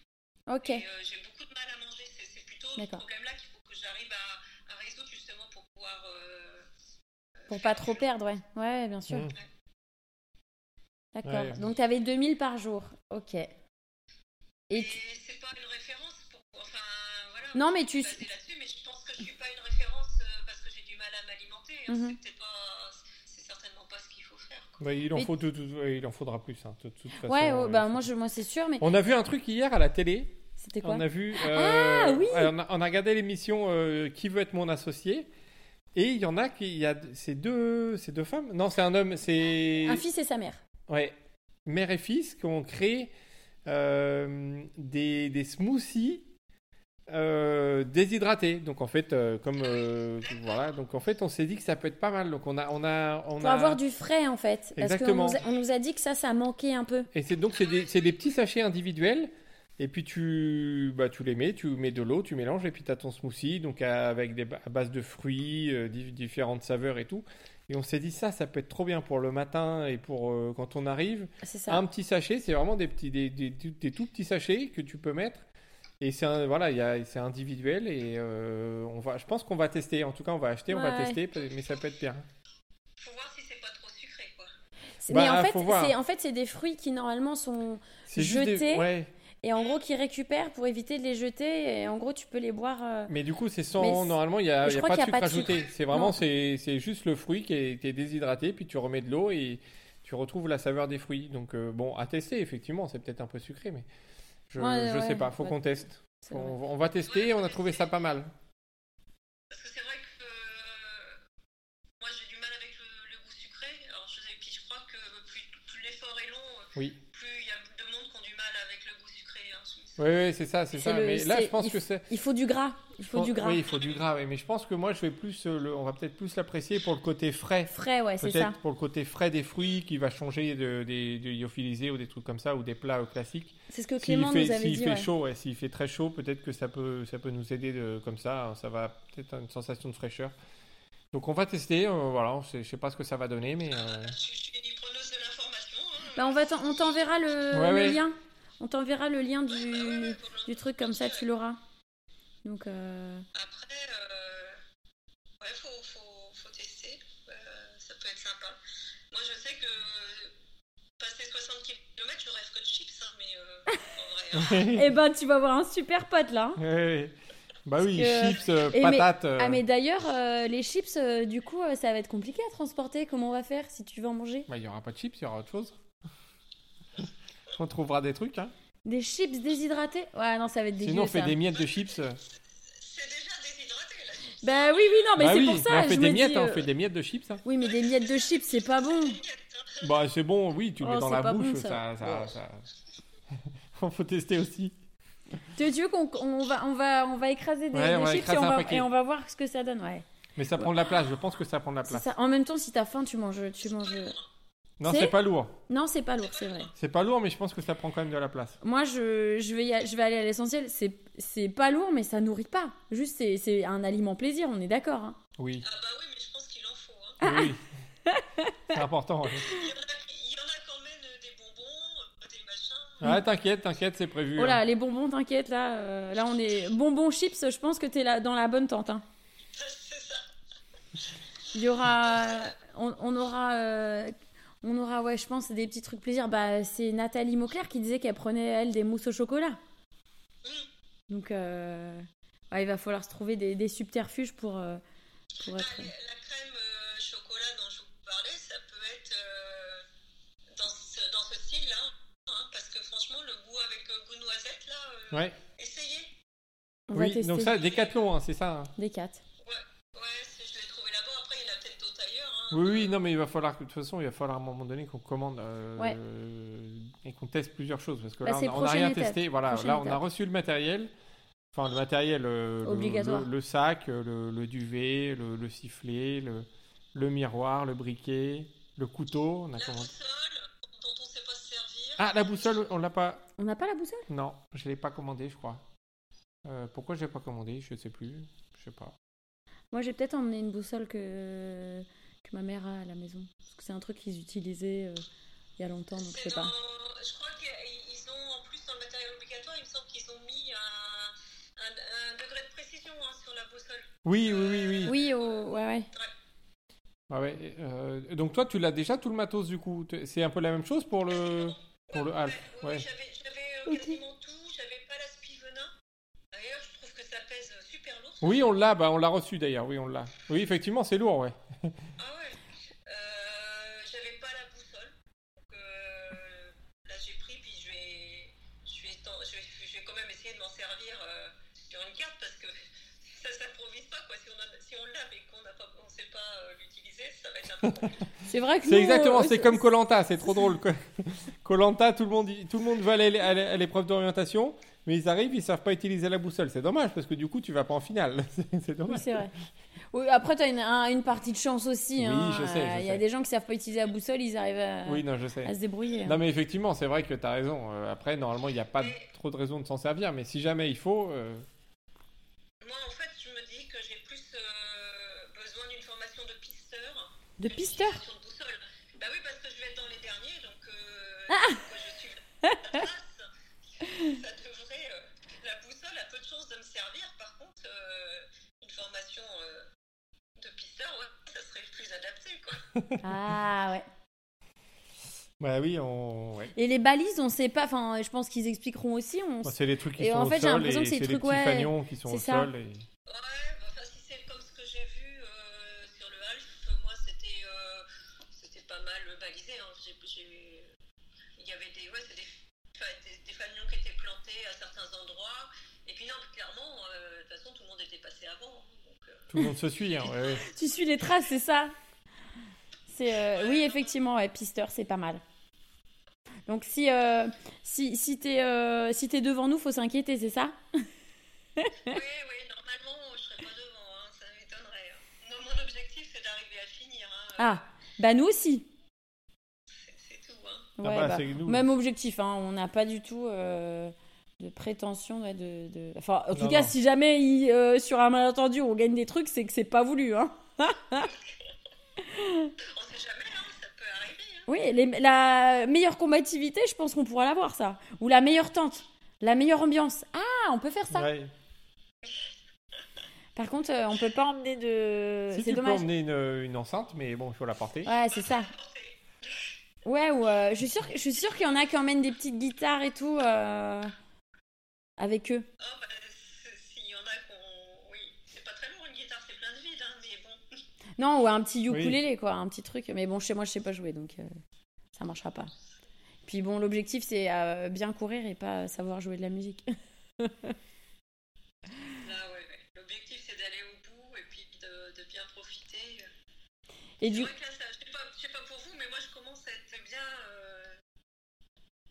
Speaker 3: Ok.
Speaker 2: Et, euh, j'ai beaucoup de mal à manger. C'est, c'est plutôt ce
Speaker 3: D'accord.
Speaker 2: problème-là qu'il faut que j'arrive à, à résoudre, justement, pour pouvoir. euh, euh,
Speaker 3: Pour
Speaker 2: faire
Speaker 3: pas
Speaker 2: du
Speaker 3: trop
Speaker 2: long.
Speaker 3: perdre, ouais. Ouais, ouais, bien sûr.
Speaker 1: Mm.
Speaker 3: D'accord.
Speaker 1: Ouais.
Speaker 3: Donc, t'avais 2000 par jour. Ok. Et
Speaker 2: Et
Speaker 3: tu-
Speaker 2: c'est pas une référence. Pour... Enfin, voilà.
Speaker 3: Non, mais
Speaker 2: je
Speaker 3: tu.
Speaker 2: suis basée là-dessus, mais je pense que je suis pas une référence euh, parce que j'ai du mal à m'alimenter. hein.
Speaker 3: Mhm.
Speaker 2: C'est peut-être pas. C'est certainement pas ce qu'il faut faire. quoi.
Speaker 1: Ouais, Bah, il, en
Speaker 3: Mais-
Speaker 1: faut de tout- ouais, il en faudra plus, hein, de toute façon.
Speaker 3: Ouais, ouais,
Speaker 1: euh,
Speaker 3: bah moi, je... moi c'est sûr, mais
Speaker 1: On a vu un truc hier à la télé.
Speaker 3: c'était quoi
Speaker 1: On a vu. euh,
Speaker 3: Ah, oui
Speaker 1: on, a, on a regardé l'émission euh, Qui veut être mon associé Et il y en a qui. Il y a ces deux, ces deux femmes. Non, c'est un homme. C'est.
Speaker 3: Un fils et sa mère.
Speaker 1: Ouais. Mère et fils qui ont créé euh, des, des smoothies euh, déshydratés. Donc en fait, euh, comme euh, voilà. Donc en fait, on s'est dit que ça peut être pas mal. Donc on a, on a, on
Speaker 3: Pour
Speaker 1: a.
Speaker 3: avoir du frais, en fait. Parce qu'on
Speaker 1: Exactement.
Speaker 3: nous, a- on nous a dit que ça, ça manquait un peu.
Speaker 1: Et c'est donc c'est des, c'est des petits sachets individuels. Et puis tu, bah, tu les mets, tu mets de l'eau, tu mélanges et puis tu as ton smoothie donc à- avec des ba- à base de fruits, euh, di- différentes saveurs et tout. Et on s'est dit ça, ça peut être trop bien pour le matin et pour euh, quand on arrive.
Speaker 3: C'est ça.
Speaker 1: Un petit sachet, c'est vraiment des petits, des, des- des- des tout petits sachets que tu peux mettre. Et c'est un- voilà, il y a- c'est individuel et euh, on va, je pense qu'on va tester. En tout cas, on va acheter, on va
Speaker 3: Ouais.
Speaker 1: tester, mais ça peut être bien.
Speaker 2: Faut voir si c'est pas trop sucré, quoi.
Speaker 3: C'est-
Speaker 1: bah,
Speaker 3: mais en
Speaker 1: faut
Speaker 3: fait,
Speaker 1: voir.
Speaker 3: c'est en fait, c'est des fruits qui normalement sont.
Speaker 1: C'est juste des-
Speaker 3: Jeter.
Speaker 1: ouais.
Speaker 3: Et en gros, qui récupèrent pour éviter de les jeter. Et en gros, tu peux les boire. euh,
Speaker 1: Mais du coup, c'est sans.
Speaker 3: Mais c'est-
Speaker 1: Normalement, il n'y a,
Speaker 3: Mais
Speaker 1: il
Speaker 3: je
Speaker 1: y a
Speaker 3: crois
Speaker 1: pas de
Speaker 3: qu'il
Speaker 1: sucre
Speaker 3: y a pas de
Speaker 1: ajouté.
Speaker 3: sucre.
Speaker 1: C'est vraiment,
Speaker 3: Non.
Speaker 1: c'est c'est juste le fruit qui est, qui est déshydraté, puis tu remets de l'eau et tu retrouves la saveur des fruits. Donc, euh, bon, à tester, effectivement, c'est peut-être un peu sucré, mais je ne
Speaker 3: Ouais, ouais,
Speaker 1: sais pas. faut
Speaker 3: ouais.
Speaker 1: qu'on teste.
Speaker 3: c'est
Speaker 1: On,
Speaker 3: vrai.
Speaker 1: on va tester, on a trouvé ça pas mal.
Speaker 2: Parce que c'est vrai que euh, moi j'ai du mal avec le, le goût sucré. Alors je, et puis je crois que plus, plus l'effort est long, euh,
Speaker 1: Oui.
Speaker 2: plus il y a de monde qui ont du mal avec le goût sucré. hein. Je-
Speaker 1: Oui, oui, c'est ça, c'est
Speaker 3: C'est
Speaker 1: ça.
Speaker 3: le-
Speaker 1: mais là,
Speaker 3: c'est-
Speaker 1: je pense que c'est.
Speaker 3: Il faut du gras. Il
Speaker 1: je
Speaker 3: faut
Speaker 1: pense-
Speaker 3: du gras.
Speaker 1: Oh, Oui, il faut du gras. oui, Mais je pense que moi, je vais plus. euh, le- On va peut-être plus l'apprécier pour le côté frais.
Speaker 3: Frais, ouais, c'est ça.
Speaker 1: Peut-être pour le côté frais des fruits qui va changer de, des, du lyophilisé ou des trucs comme ça ou des plats euh, classiques.
Speaker 3: C'est ce que
Speaker 1: S'il
Speaker 3: Clément
Speaker 1: fait,
Speaker 3: nous avait
Speaker 1: s'il
Speaker 3: dit.
Speaker 1: fait
Speaker 3: ouais.
Speaker 1: chaud, ouais, s'il fait très chaud, peut-être que ça peut, ça peut nous aider de, comme ça. hein, Ça va peut-être une sensation de fraîcheur. Donc on va tester. euh, voilà, on sait- je sais pas ce que ça va donner, mais euh,
Speaker 2: Je suis preneuse de l'information. hein.
Speaker 3: Bah, on va t'en- on t'enverra le,
Speaker 1: Ouais,
Speaker 3: le
Speaker 1: ouais.
Speaker 3: lien. On t'enverra le lien
Speaker 2: Ouais, bah ouais, ouais,
Speaker 3: du,
Speaker 2: pour le-
Speaker 3: du truc comme ça, tu l'auras. Donc, euh,
Speaker 2: Après, euh, ouais, faut, faut, faut tester. Euh, ça peut être sympa. Moi, je sais que passer 60 km, je rêve que de chips, hein, mais euh, en vrai. hein.
Speaker 3: eh ben, tu vas avoir un super pote là. hein.
Speaker 1: Ouais, ouais. Bah oui,
Speaker 3: que-
Speaker 1: chips, euh,
Speaker 3: Eh, mais-
Speaker 1: patates. euh,
Speaker 3: Ah, mais d'ailleurs, euh, les chips, euh, du coup, euh, ça va être compliqué à transporter. Comment on va faire si tu veux en manger
Speaker 1: bah, il y aura pas de chips, il y aura autre chose. on trouvera des trucs. Hein.
Speaker 3: Des chips déshydratées Ouais, non, ça va être hein. dégueu.
Speaker 1: Sinon, on fait
Speaker 3: ça.
Speaker 1: des miettes de chips.
Speaker 2: C'est déjà déshydraté, là.
Speaker 3: Bah oui, oui, non, mais
Speaker 1: bah
Speaker 3: c'est
Speaker 1: oui,
Speaker 3: pour
Speaker 1: mais
Speaker 3: ça.
Speaker 1: on fait
Speaker 3: je
Speaker 1: des
Speaker 3: me
Speaker 1: miettes,
Speaker 3: dis,
Speaker 1: hein,
Speaker 3: euh,
Speaker 1: on fait des miettes de chips. hein.
Speaker 3: Oui, mais des miettes de chips, c'est pas bon.
Speaker 1: Bah c'est bon, oui, tu le
Speaker 3: Oh,
Speaker 1: mets dans
Speaker 3: c'est
Speaker 1: la
Speaker 3: pas
Speaker 1: bouche,
Speaker 3: bon,
Speaker 1: ça,
Speaker 3: ça.
Speaker 1: ça, ça- faut tester aussi.
Speaker 3: Tu tu veux qu'on on va, on va, on va écraser des,
Speaker 1: Ouais,
Speaker 3: des
Speaker 1: on va
Speaker 3: chips
Speaker 1: écraser
Speaker 3: et, on
Speaker 1: un
Speaker 3: va,
Speaker 1: paquet.
Speaker 3: et on va voir ce que ça donne. Ouais.
Speaker 1: Mais ça prend de la place, je pense que ça prend de la
Speaker 3: C'est
Speaker 1: place.
Speaker 3: ça. En même temps, si t'as faim, tu manges, tu manges.
Speaker 1: Non,
Speaker 3: C'est-
Speaker 1: c'est pas lourd.
Speaker 3: Non, c'est pas lourd, c'est vrai.
Speaker 1: C'est pas lourd, mais je pense que ça prend quand même de la place.
Speaker 3: Moi, je, je, vais, y a- je vais aller à l'essentiel. C'est, c'est pas lourd, mais ça nourrit pas. Juste, c'est, c'est un aliment plaisir, on est d'accord. hein.
Speaker 1: Oui.
Speaker 2: Ah bah oui, mais je pense qu'il en faut. hein.
Speaker 3: Ah.
Speaker 1: oui. c'est important. ouais.
Speaker 2: Il, y en a, qui- il y en a quand même euh, des bonbons, euh, des machins.
Speaker 1: Ah, t'inquiète, t'inquiète, c'est prévu.
Speaker 3: Oh là,
Speaker 1: hein.
Speaker 3: les bonbons, t'inquiète, là, euh, là on est. Bonbons, chips, je pense que t'es là, dans la bonne tente. hein.
Speaker 2: C'est ça.
Speaker 3: Il y aura. On, on aura. euh, on aura, ouais, je pense, des petits trucs plaisir. Bah, c'est Nathalie Mauclair qui disait qu'elle prenait, elle, des mousses au chocolat.
Speaker 2: Hum.
Speaker 3: Donc, euh, ouais, il va falloir se trouver des, des subterfuges pour, euh, pour
Speaker 2: Bah,
Speaker 3: être.
Speaker 2: la, la crème euh, chocolat dont je vous parlais, ça peut être euh, dans ce, dans ce style-là. hein, parce que franchement, le goût avec euh, goût noisette, là, euh,
Speaker 1: Ouais.
Speaker 2: essayez.
Speaker 3: On va
Speaker 1: Oui,
Speaker 3: tester
Speaker 1: donc ça, décathlon, hein, c'est ça. hein.
Speaker 3: des quatre.
Speaker 2: Ouais, c'est- je l'ai trouvé là-bas. Après, il y en a peut-être d'autres ailleurs. hein.
Speaker 1: Oui, oui, non, mais il va falloir que de toute façon, il va falloir à un moment donné qu'on commande euh,
Speaker 3: Ouais.
Speaker 1: et qu'on teste plusieurs choses parce que
Speaker 3: Bah,
Speaker 1: là,
Speaker 3: c'est
Speaker 1: on a- on n'a
Speaker 3: prochaine
Speaker 1: rien
Speaker 3: étape,
Speaker 1: testé. Voilà,
Speaker 3: prochaine
Speaker 1: là, on a
Speaker 3: étape.
Speaker 1: reçu le matériel, enfin le matériel euh, le-
Speaker 3: Obligatoire.
Speaker 1: le, le sac, euh, le, le duvet, le, le sifflet, le, le miroir, le briquet, le couteau. On a
Speaker 2: La
Speaker 1: commandé.
Speaker 2: boussole, dont on ne sait pas se servir.
Speaker 1: Ah, la boussole, on l'a pas.
Speaker 3: On n'a pas la boussole
Speaker 1: Non, je l'ai pas commandé, je crois. Euh, pourquoi je l'ai pas commandé Je sais plus. Je sais pas.
Speaker 3: Moi, j'ai peut-être emmené une boussole que, que ma mère a à la maison. Parce que c'est un truc qu'ils utilisaient euh, il y a longtemps, donc je
Speaker 2: C'est
Speaker 3: sais pas.
Speaker 2: dans- Je crois qu'ils ont, en plus, dans le matériel obligatoire, il me semble qu'ils ont mis un, un- un degré de précision hein, sur la boussole.
Speaker 1: Oui, oui, oui, oui.
Speaker 3: Oui, au- ouais, ouais.
Speaker 1: Ah ouais, et, euh, donc toi, tu l'as déjà tout le matos du coup. T- C'est un peu la même chose pour le pour le half.
Speaker 2: Ouais,
Speaker 1: Ouais.
Speaker 2: J'avais j'avais, euh,
Speaker 3: Ok.
Speaker 2: quasiment tout, j'avais pas l'aspi venin. D'ailleurs, je trouve que ça pèse euh, super lourd.
Speaker 1: Oui, on l'a, bah, on l'a reçu d'ailleurs. Oui, on l'a. Oui, effectivement, c'est lourd, ouais.
Speaker 2: Ah ouais. Euh, j'avais pas la boussole. Donc, euh, là, j'ai pris, puis je vais, je, vais t'en- je, vais, je vais quand même essayer de m'en servir euh, sur une carte parce que ça s'improvise pas. Quoi. Si on a- si on l'a mais qu'on n'a pas- on sait pas euh, l'utiliser, ça va être un peu compliqué.
Speaker 3: C'est vrai que
Speaker 1: C'est exactement, c'est comme Colanta, c'est trop drôle. Colanta, tout le monde, y- tout le monde va aller à l'é- à l'épreuve d'orientation, mais ils arrivent, ils savent pas utiliser la boussole. C'est dommage parce que du coup, tu vas pas en finale. C'est- c'est
Speaker 3: Oui,
Speaker 1: dommage.
Speaker 3: c'est vrai. Oui, après, tu as une, un- une partie de chance aussi.
Speaker 1: Oui,
Speaker 3: hein.
Speaker 1: je sais, je
Speaker 3: Euh, Il y a
Speaker 1: sais.
Speaker 3: des gens qui savent pas utiliser la boussole, ils arrivent à,
Speaker 1: Oui, Bah. non, je sais.
Speaker 3: à se débrouiller. hein.
Speaker 1: Non, mais effectivement, c'est vrai que tu as raison. Euh, Après, normalement, il n'y a pas trop de raison de s'en servir, mais si jamais il faut, euh,
Speaker 2: Moi, en fait, je me dis que j'ai plus euh, besoin d'une formation de pisteur.
Speaker 3: De pisteur
Speaker 2: Sur le boussole. Bah oui, parce que je vais être dans les derniers, donc euh, donc, je suis la race. Ça devrait. euh, la boussole a peu de chances de me servir. Par contre, euh, une formation euh, de pisteur, ouais, ça serait plus adapté, quoi.
Speaker 3: Ah, ouais.
Speaker 1: bah oui, on. ouais.
Speaker 3: Et les balises, on sait pas. Enfin, je pense qu'ils expliqueront aussi. On
Speaker 1: Bah,
Speaker 3: s-
Speaker 1: c'est les trucs qui
Speaker 3: Et
Speaker 1: sont
Speaker 3: en
Speaker 1: au
Speaker 3: fait, j'ai
Speaker 1: sol et c'est
Speaker 3: l'impression que ces
Speaker 1: les
Speaker 3: trucs,
Speaker 1: petits
Speaker 3: ouais,
Speaker 1: fanions qui sont
Speaker 3: c'est
Speaker 1: au
Speaker 3: ça.
Speaker 1: sol. et-
Speaker 2: Ouais, bah, enfin, si c'est comme ce que j'ai vu euh, sur le half, moi, c'était euh, c'était pas mal balisé. hein. J'ai- j'ai- Il y avait des, ouais, c'est des, enfin, des, des fanions qui étaient plantés à certains endroits. Et puis non, clairement, euh, de toute façon, tout le monde était passé avant. Donc, euh,
Speaker 1: Tout le monde se suit. hein, ouais, ouais.
Speaker 3: Tu suis les traces, c'est ça C'est euh, Oui, effectivement, ouais, pisteur, c'est pas mal. Donc si, euh, si, si t'es euh, si t'es devant nous, faut s'inquiéter, c'est ça
Speaker 2: Oui, oui, normalement, je serais pas devant, hein, ça m'étonnerait. hein. Moi, mon objectif, c'est d'arriver à finir. hein.
Speaker 3: Ah, bah nous aussi.
Speaker 2: C'est- C'est tout. Hein.
Speaker 3: Ouais,
Speaker 1: bah,
Speaker 3: bah,
Speaker 1: c'est nous.
Speaker 3: Même objectif, hein, on n'a pas du tout euh, de prétention. ouais, de, de- Enfin, en tout
Speaker 1: Non,
Speaker 3: cas,
Speaker 1: non.
Speaker 3: si jamais il, euh, sur un malentendu on gagne des trucs, c'est que c'est pas voulu. Hein.
Speaker 2: On sait jamais, hein, ça peut arriver. hein.
Speaker 3: Oui, les- la meilleure combativité, je pense qu'on pourra l'avoir, ça. Ou la meilleure tente, la meilleure ambiance. Ah, on peut faire ça.
Speaker 1: Ouais.
Speaker 3: Par contre, euh, on peut pas emmener de.
Speaker 1: Si
Speaker 3: Euh, c'est
Speaker 1: tu
Speaker 3: dommage.
Speaker 1: peux emmener une, une enceinte, mais bon, il faut la porter.
Speaker 3: Ouais, c'est ça. Ouais, ou euh, je suis sûre, je suis sûre qu'il y en a qui emmènent des petites guitares et tout euh, avec eux.
Speaker 2: Oh, bah, c'est- s'il y en a qu'on. Oui, c'est pas très lourd, une guitare, c'est plein de vide, hein, mais bon.
Speaker 3: Non, ou un petit
Speaker 1: Oui.
Speaker 3: ukulélé, quoi, un petit truc. Mais bon, chez moi, je sais pas jouer, donc euh, ça marchera pas. Puis bon, l'objectif, c'est euh, bien courir et pas savoir jouer de la musique.
Speaker 2: Là, ouais, ouais. L'objectif, c'est d'aller au bout et puis de, de bien profiter.
Speaker 3: Et
Speaker 2: C'est
Speaker 3: du
Speaker 2: vrai que là, ça, je sais pas, je sais pas pour vous, mais moi, je commence à être bien. euh,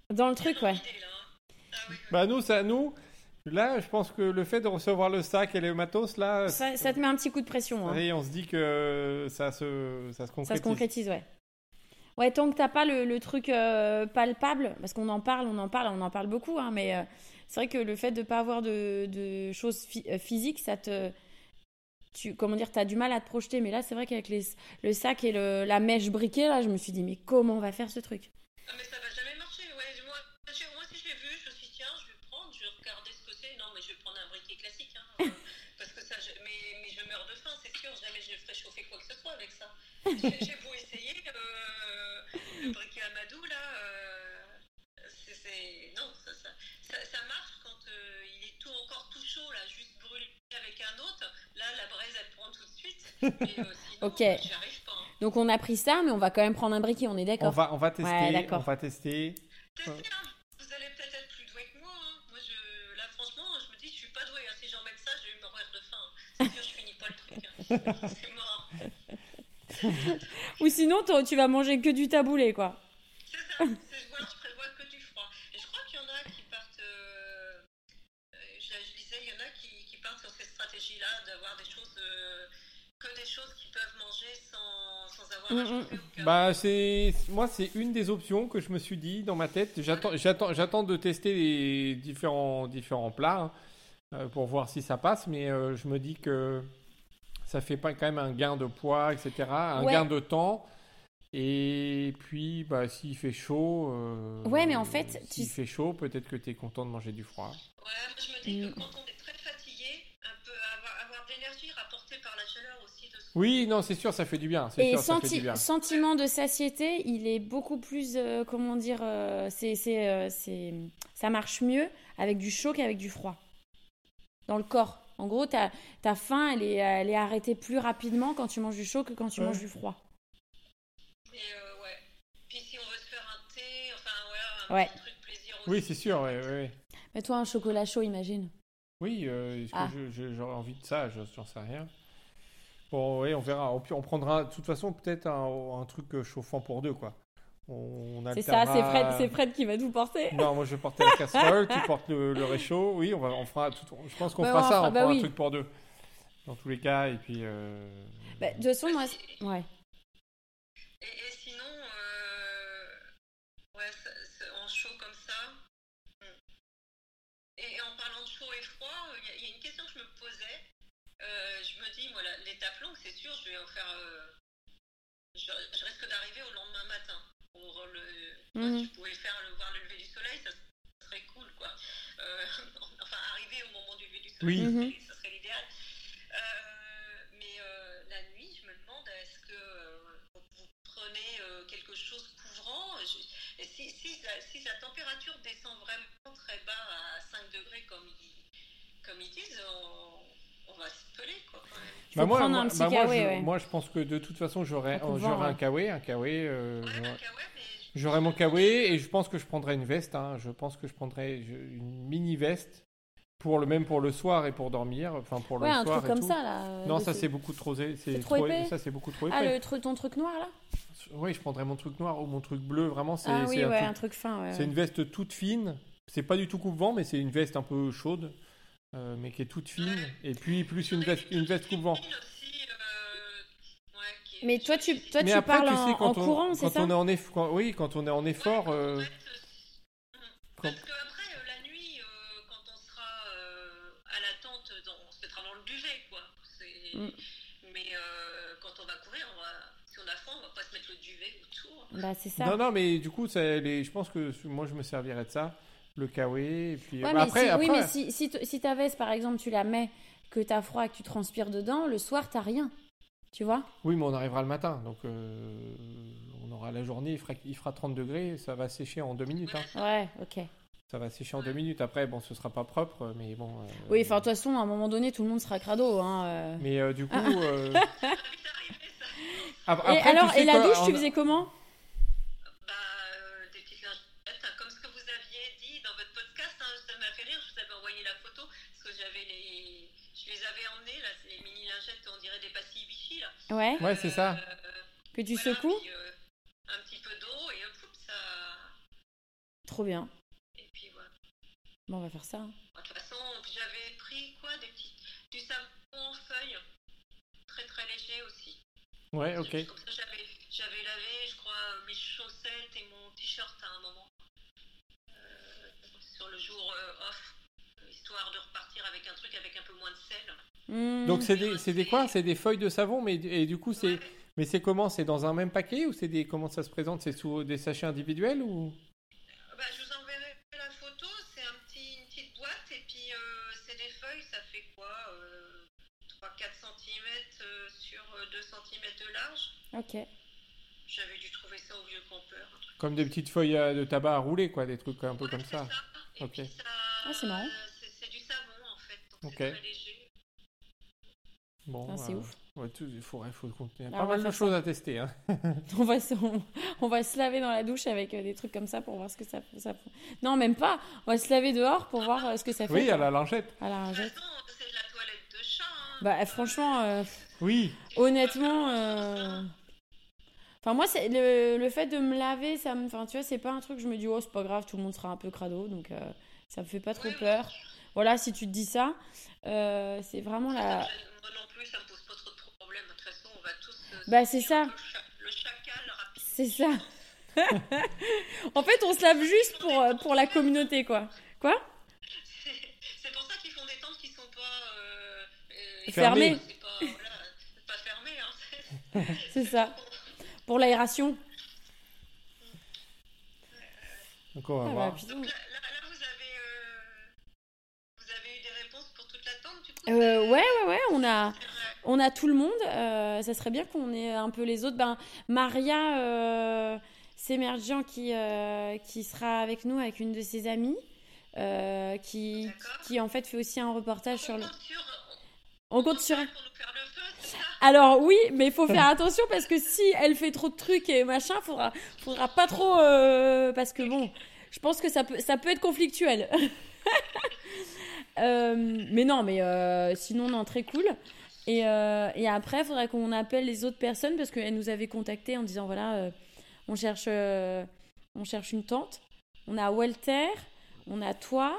Speaker 3: dans le
Speaker 2: bien
Speaker 3: truc,
Speaker 2: dans
Speaker 3: ouais.
Speaker 2: l'idée, là, hein. Ah, oui, oui.
Speaker 1: Bah nous, ça nous. Là, je pense que le fait de recevoir le sac et les matos, là,
Speaker 3: Ça, ça te met un petit coup de pression, hein.
Speaker 1: et on se dit que ça se, ça se
Speaker 3: Ça
Speaker 1: concrétise.
Speaker 3: se concrétise, ouais. Ouais, tant que t'as pas le, le truc euh, palpable, parce qu'on en parle, on en parle, on en parle beaucoup, hein, mais euh, c'est vrai que le fait de pas avoir de, de choses phy- euh, physiques, ça te. Tu, comment dire, t'as du mal à te projeter, mais là, c'est vrai qu'avec les, le sac et le- la mèche briquée, là, je me suis dit, mais comment on va faire ce truc
Speaker 2: Ah, mais ça va jamais marcher, ouais. Moi, je- moi, si je l'ai vu, je me suis dit, tiens, je vais prendre, je vais regarder ce que c'est. Non, mais je vais prendre un briquet classique, hein, euh, parce que ça, je- mais, mais je meurs de faim, c'est sûr. Jamais je ferai chauffer quoi que ce soit avec ça. J'ai j'ai beau essayer, euh, le briquet Amadou, là, euh, c'est- c'est... Non, ça, ça, ça- ça marche quand euh, il est tout encore tout chaud, là, juste brûlé avec un autre. Là, la braise, elle prend tout de suite. Mais euh, sinon,
Speaker 3: Ok.
Speaker 2: euh, j'y arrive pas. hein.
Speaker 3: Donc, on a pris ça, mais on va quand même prendre un briquet, on est
Speaker 1: On
Speaker 3: d'accord
Speaker 1: va, on va tester,
Speaker 3: Ouais, d'accord.
Speaker 1: on va tester.
Speaker 2: Testez,
Speaker 1: Ouais.
Speaker 2: hein. Vous allez peut-être être plus doué que moi. hein. Moi, je... là, franchement, je me dis, je suis pas doué. Hein. Si j'en mets ça, je vais mourir de faim. C'est sûr, je finis pas le truc. hein. C'est mort.
Speaker 3: Ou sinon, toi, tu vas manger que du taboulé, quoi.
Speaker 2: C'est ça. C'est- Voilà, je prévois que du froid. Et je crois qu'il y en a qui partent. euh, euh, Je, je disais, il y en a qui, qui partent sur cette stratégie-là d'avoir des choses. euh, Que des choses qu'ils peuvent manger sans, sans avoir à
Speaker 3: Mm,
Speaker 2: chauffer au cas où.
Speaker 1: Bah c'est, moi c'est une des options que je me suis dit dans ma tête. J'attends, j'attends, j'attends de tester les différents, différents plats hein, euh, pour voir si ça passe, mais euh, je me dis que ça fait pas quand même un gain de poids, etc., un
Speaker 3: Ouais.
Speaker 1: gain de temps. Et puis, bah, s'il fait chaud. euh,
Speaker 3: Ouais, mais en fait, tu
Speaker 1: s'il
Speaker 3: s-
Speaker 1: fait chaud, peut-être que t'es content de manger du froid.
Speaker 2: Ouais, moi je me dis
Speaker 3: Mm.
Speaker 2: que quand on est très fatigué, un peu avoir, avoir de l'énergie rapportée par la chaleur aussi de son
Speaker 1: Oui, non, c'est sûr, ça fait du bien. C'est
Speaker 3: Et
Speaker 1: sûr, ça fait
Speaker 3: senti-
Speaker 1: du bien.
Speaker 3: sentiment de satiété, il est beaucoup plus, euh, comment dire, euh, c'est, c'est, euh, c'est- ça marche mieux avec du chaud qu'avec du froid. Dans le corps. En gros, ta, ta faim, elle est, elle est arrêtée plus rapidement quand tu manges du chaud que quand tu
Speaker 1: Ouais.
Speaker 3: manges du froid.
Speaker 2: Mais euh, ouais. Puis si on veut se faire un thé, enfin voilà, un
Speaker 3: Ouais.
Speaker 2: petit truc plaisir aussi.
Speaker 1: Oui, c'est sûr, ouais, ouais, ouais.
Speaker 3: Mais toi, un chocolat chaud, imagine.
Speaker 1: Oui, euh, est-ce
Speaker 3: Ah.
Speaker 1: que je- je- j'aurais envie de ça Je- J'en sais rien. Bon, oui, on verra. On, pu- on prendra, de toute façon, peut-être un, un truc euh, chauffant pour deux, quoi. On, on
Speaker 3: C'est ça, c'est Fred,
Speaker 1: alternera-
Speaker 3: c'est Fred qui va tout porter.
Speaker 1: Non, moi je vais porter la casserole, tu portes le, le réchaud. Oui, on, va, on fera tout. Je pense qu'on
Speaker 3: Bah,
Speaker 1: fera
Speaker 3: on
Speaker 1: ça,
Speaker 3: fera-
Speaker 1: on
Speaker 3: bah
Speaker 1: prend
Speaker 3: oui.
Speaker 1: un truc pour deux. Dans tous les cas, et puis. euh,
Speaker 3: Bah, de toute façon, moi,
Speaker 2: Et,
Speaker 3: c'est- ouais.
Speaker 2: et- et sinon, euh, ouais, ça- ça- en chaud comme ça. hmm. Et en parlant de chaud et froid, il y, a- y a une question que je me posais. Euh, je me dis, moi, la- l'étape longue, c'est sûr, je vais en faire. euh, je, je risque d'arriver au lendemain matin. Pour le,
Speaker 3: Mhm.
Speaker 2: Si je pouvais faire le, voir le lever du soleil, ça serait cool, quoi. Euh, enfin, arriver au moment du lever du soleil,
Speaker 1: Oui.
Speaker 2: ça serait-
Speaker 3: Mhm.
Speaker 2: ça serait l'idéal. Euh, mais euh, la nuit, je me demande, est-ce que euh, vous prenez euh, quelque chose couvrant Je- et si, si la, si la température descend vraiment très bas à 5 degrés, comme ils, comme ils disent, on, on va se peler, quoi, quand même.
Speaker 3: Faut prendre un petit
Speaker 1: Bah, moi,
Speaker 3: kawaii,
Speaker 1: je,
Speaker 3: ouais.
Speaker 1: moi, je pense que de toute façon, j'aurai
Speaker 3: Faut qu'on
Speaker 1: j'aurai
Speaker 3: vend,
Speaker 1: un
Speaker 3: hein.
Speaker 1: kawaii, un kawaii. euh,
Speaker 2: Ouais,
Speaker 1: j'aurai-
Speaker 2: bah, ouais, mais je-
Speaker 1: J'aurai mon kawaii et je pense que je prendrai une veste. hein. Je pense que je prendrai je- une mini veste pour le même pour le soir et pour dormir, enfin pour le
Speaker 3: Ouais, un
Speaker 1: soir
Speaker 3: truc
Speaker 1: et
Speaker 3: comme
Speaker 1: tout.
Speaker 3: ça, là. euh,
Speaker 1: Non,
Speaker 3: de
Speaker 1: ça
Speaker 3: ce-
Speaker 1: c'est beaucoup trop, é- c'est
Speaker 3: trop épais
Speaker 1: Ça c'est beaucoup trop épais.
Speaker 3: Ah, le, tru- ton truc noir, là
Speaker 1: Oui, je prendrais mon truc noir ou mon truc bleu. Vraiment, c'est
Speaker 3: Ah
Speaker 1: c'est
Speaker 3: oui,
Speaker 1: un
Speaker 3: ouais,
Speaker 1: truc-
Speaker 3: un truc euh, fin. ouais,
Speaker 1: c'est
Speaker 3: ouais.
Speaker 1: une veste toute fine. C'est pas du tout coupe-vent, mais c'est une veste un peu chaude, euh, mais qui est toute fine. Et puis plus une veste, une veste coupe-vent.
Speaker 2: Aussi, euh, ouais, qui est-
Speaker 3: Mais toi, tu, toi,
Speaker 1: mais
Speaker 3: tu
Speaker 1: après,
Speaker 3: parles
Speaker 1: tu
Speaker 3: en,
Speaker 1: sais, quand
Speaker 3: en
Speaker 1: on,
Speaker 3: courant, c'est
Speaker 1: quand
Speaker 3: ça
Speaker 1: on est en eff- quand- oui, quand on est en effort, euh,
Speaker 2: Ouais, euh, Parce que après, euh, la nuit, euh, quand on sera euh, à la tente, dans- on se mettra dans le duvet, quoi. C'est-
Speaker 3: Mm.
Speaker 2: Mais euh, quand on va courir, on va- si on a faim, on va pas se mettre le duvet autour.
Speaker 3: Bah, c'est ça.
Speaker 1: Non, non, mais du coup, ça, les- je pense que moi, je me servirais de ça. Le kawé, et puis
Speaker 3: Ouais,
Speaker 1: bah,
Speaker 3: mais
Speaker 1: après,
Speaker 3: si,
Speaker 1: après,
Speaker 3: Oui, mais si, si, t- si ta veste, par exemple, tu la mets, que t'as froid, que tu transpires dedans, le soir, t'as rien. Tu vois
Speaker 1: oui, mais on arrivera le matin, donc euh, on aura la journée, il fera, il fera 30 degrés, ça va sécher en deux minutes. hein.
Speaker 3: Ouais, ok.
Speaker 1: Ça va sécher en deux minutes. Après, bon, ce sera pas propre, mais bon. euh,
Speaker 3: Oui, enfin, de toute façon, à un moment donné, tout le monde sera crado. Hein, euh.
Speaker 1: Mais euh, du coup, euh,
Speaker 2: Vite arrivé, ça.
Speaker 1: ap-
Speaker 3: Et
Speaker 1: après, tu
Speaker 3: alors,
Speaker 1: sais
Speaker 3: et la
Speaker 1: quoi,
Speaker 3: douche,
Speaker 1: on-
Speaker 3: tu faisais comment
Speaker 2: Bah, euh, des petites lingettes, hein, comme ce que vous aviez dit dans votre podcast, hein, ça m'a fait rire, je vous avais envoyé la photo, parce que j'avais les... Je les avais emmenées, là, c'est les mini lingettes, on dirait des pastilles Vichy, là.
Speaker 3: Ouais,
Speaker 1: Ouais, c'est ça.
Speaker 2: Euh,
Speaker 3: que tu
Speaker 2: voilà,
Speaker 3: secoues
Speaker 2: puis, euh, Un petit peu d'eau, et hop, hop, ça...
Speaker 3: Trop bien.
Speaker 2: Et puis voilà.
Speaker 3: Bon, on va faire ça. hein.
Speaker 2: De toute façon, j'avais pris quoi des petits, Du savon en feuille, très très léger aussi.
Speaker 1: Ouais, Ah, ok.
Speaker 3: Hmm.
Speaker 2: Comme ça, j'avais, j'avais lavé, je crois, euh, mes chaussettes et mon t-shirt à un moment. Euh, sur le jour euh, off, histoire de repartir avec un truc avec un peu moins de sel.
Speaker 3: Hmm.
Speaker 1: Donc c'est des, c'est des quoi C'est des feuilles de savon, mais et du coup c'est, mais c'est comment C'est dans un même paquet ou c'est des comment ça se présente C'est sous des sachets individuels ou
Speaker 2: Bah, je vous enverrai la photo, c'est un petit, une petite boîte et puis euh, c'est des feuilles, ça fait quoi euh, 3-4 cm sur euh, 2 cm de large.
Speaker 3: Ok.
Speaker 2: J'avais dû trouver ça au vieux campeur. un truc
Speaker 1: comme des petites feuilles euh, de tabac à rouler quoi, des trucs un peu
Speaker 2: Voilà,
Speaker 1: comme
Speaker 2: c'est
Speaker 1: ça.
Speaker 2: Et
Speaker 1: Ok.
Speaker 2: puis ça- euh,
Speaker 3: Ah, c'est marrant.
Speaker 2: c'est- C'est du savon en fait, donc
Speaker 1: Ok.
Speaker 2: c'est très léger.
Speaker 1: Bon,
Speaker 3: Putain, Ah, c'est
Speaker 1: euh,
Speaker 3: ouf.
Speaker 1: ouais, tout- il faudrait- faut continuer.
Speaker 3: Ah,
Speaker 1: Pas
Speaker 3: on
Speaker 1: mal
Speaker 3: va
Speaker 1: de
Speaker 3: faire
Speaker 1: choses à tester. hein.
Speaker 3: On va, se, on, on va se laver dans la douche avec euh, des trucs comme ça pour voir ce que ça, ça- Non, même pas. On va se laver dehors pour voir euh, ce que ça fait.
Speaker 1: Oui, à la lingette.
Speaker 3: À la
Speaker 2: De toute
Speaker 3: rejette.
Speaker 2: façon, euh, c'est de la toilette de chat. hein.
Speaker 3: Bah, franchement, euh,
Speaker 1: Oui.
Speaker 3: honnêtement. euh, Enfin, moi, c'est le, le fait de me laver, ça me. Enfin, tu vois, c'est pas un truc, je me dis, oh, c'est pas grave, tout le monde sera un peu crado, donc euh, ça me fait pas trop
Speaker 2: Oui, oui.
Speaker 3: peur. Voilà, si tu te dis ça, euh, c'est vraiment
Speaker 2: Ça me
Speaker 3: la.
Speaker 2: gêne- Moi non plus, ça me pose pas trop de problèmes. De toute façon, on va tous. euh,
Speaker 3: Bah, c'est
Speaker 2: sortir
Speaker 3: ça.
Speaker 2: un peu cha- Le chacal rapide.
Speaker 3: C'est ça. en fait, on se lave juste pour, euh, pour la communauté, quoi.
Speaker 2: C'est- C'est pour ça qu'ils font des tentes qui sont pas. euh, euh,
Speaker 3: Fermées.
Speaker 2: C'est pas, voilà, c'est pas fermé. Hein.
Speaker 3: C'est ça. Pour l'aération.
Speaker 1: Donc on va
Speaker 3: Ah,
Speaker 1: voir.
Speaker 3: bah, putain.
Speaker 2: Donc là, là, là, vous avez. euh, vous avez eu des réponses pour toute la tente du coup
Speaker 3: Euh, ouais, ouais, ouais, on a, on a tout le monde. euh, ça serait bien qu'on ait un peu les autres. Ben, Maria euh, Semerjian qui, euh, qui sera avec nous, avec une de ses amies, euh, qui,
Speaker 2: D'accord.
Speaker 3: qui en fait fait aussi un reportage sur le.
Speaker 2: On compte sur.
Speaker 3: On compte sur.
Speaker 2: Pour nous faire le feu, c'est ça
Speaker 3: Alors oui, mais il faut faire attention parce que si elle fait trop de trucs et machin, faudra, faudra pas trop euh, parce que bon, je pense que ça peut, ça peut être conflictuel. Euh, mais non, mais euh, sinon non, très cool. Et, euh, et après, faudrait qu'on appelle les autres personnes parce qu'elles nous avaient contacté en disant voilà, euh, on cherche, euh, on cherche une tente. On a Walter, on a toi,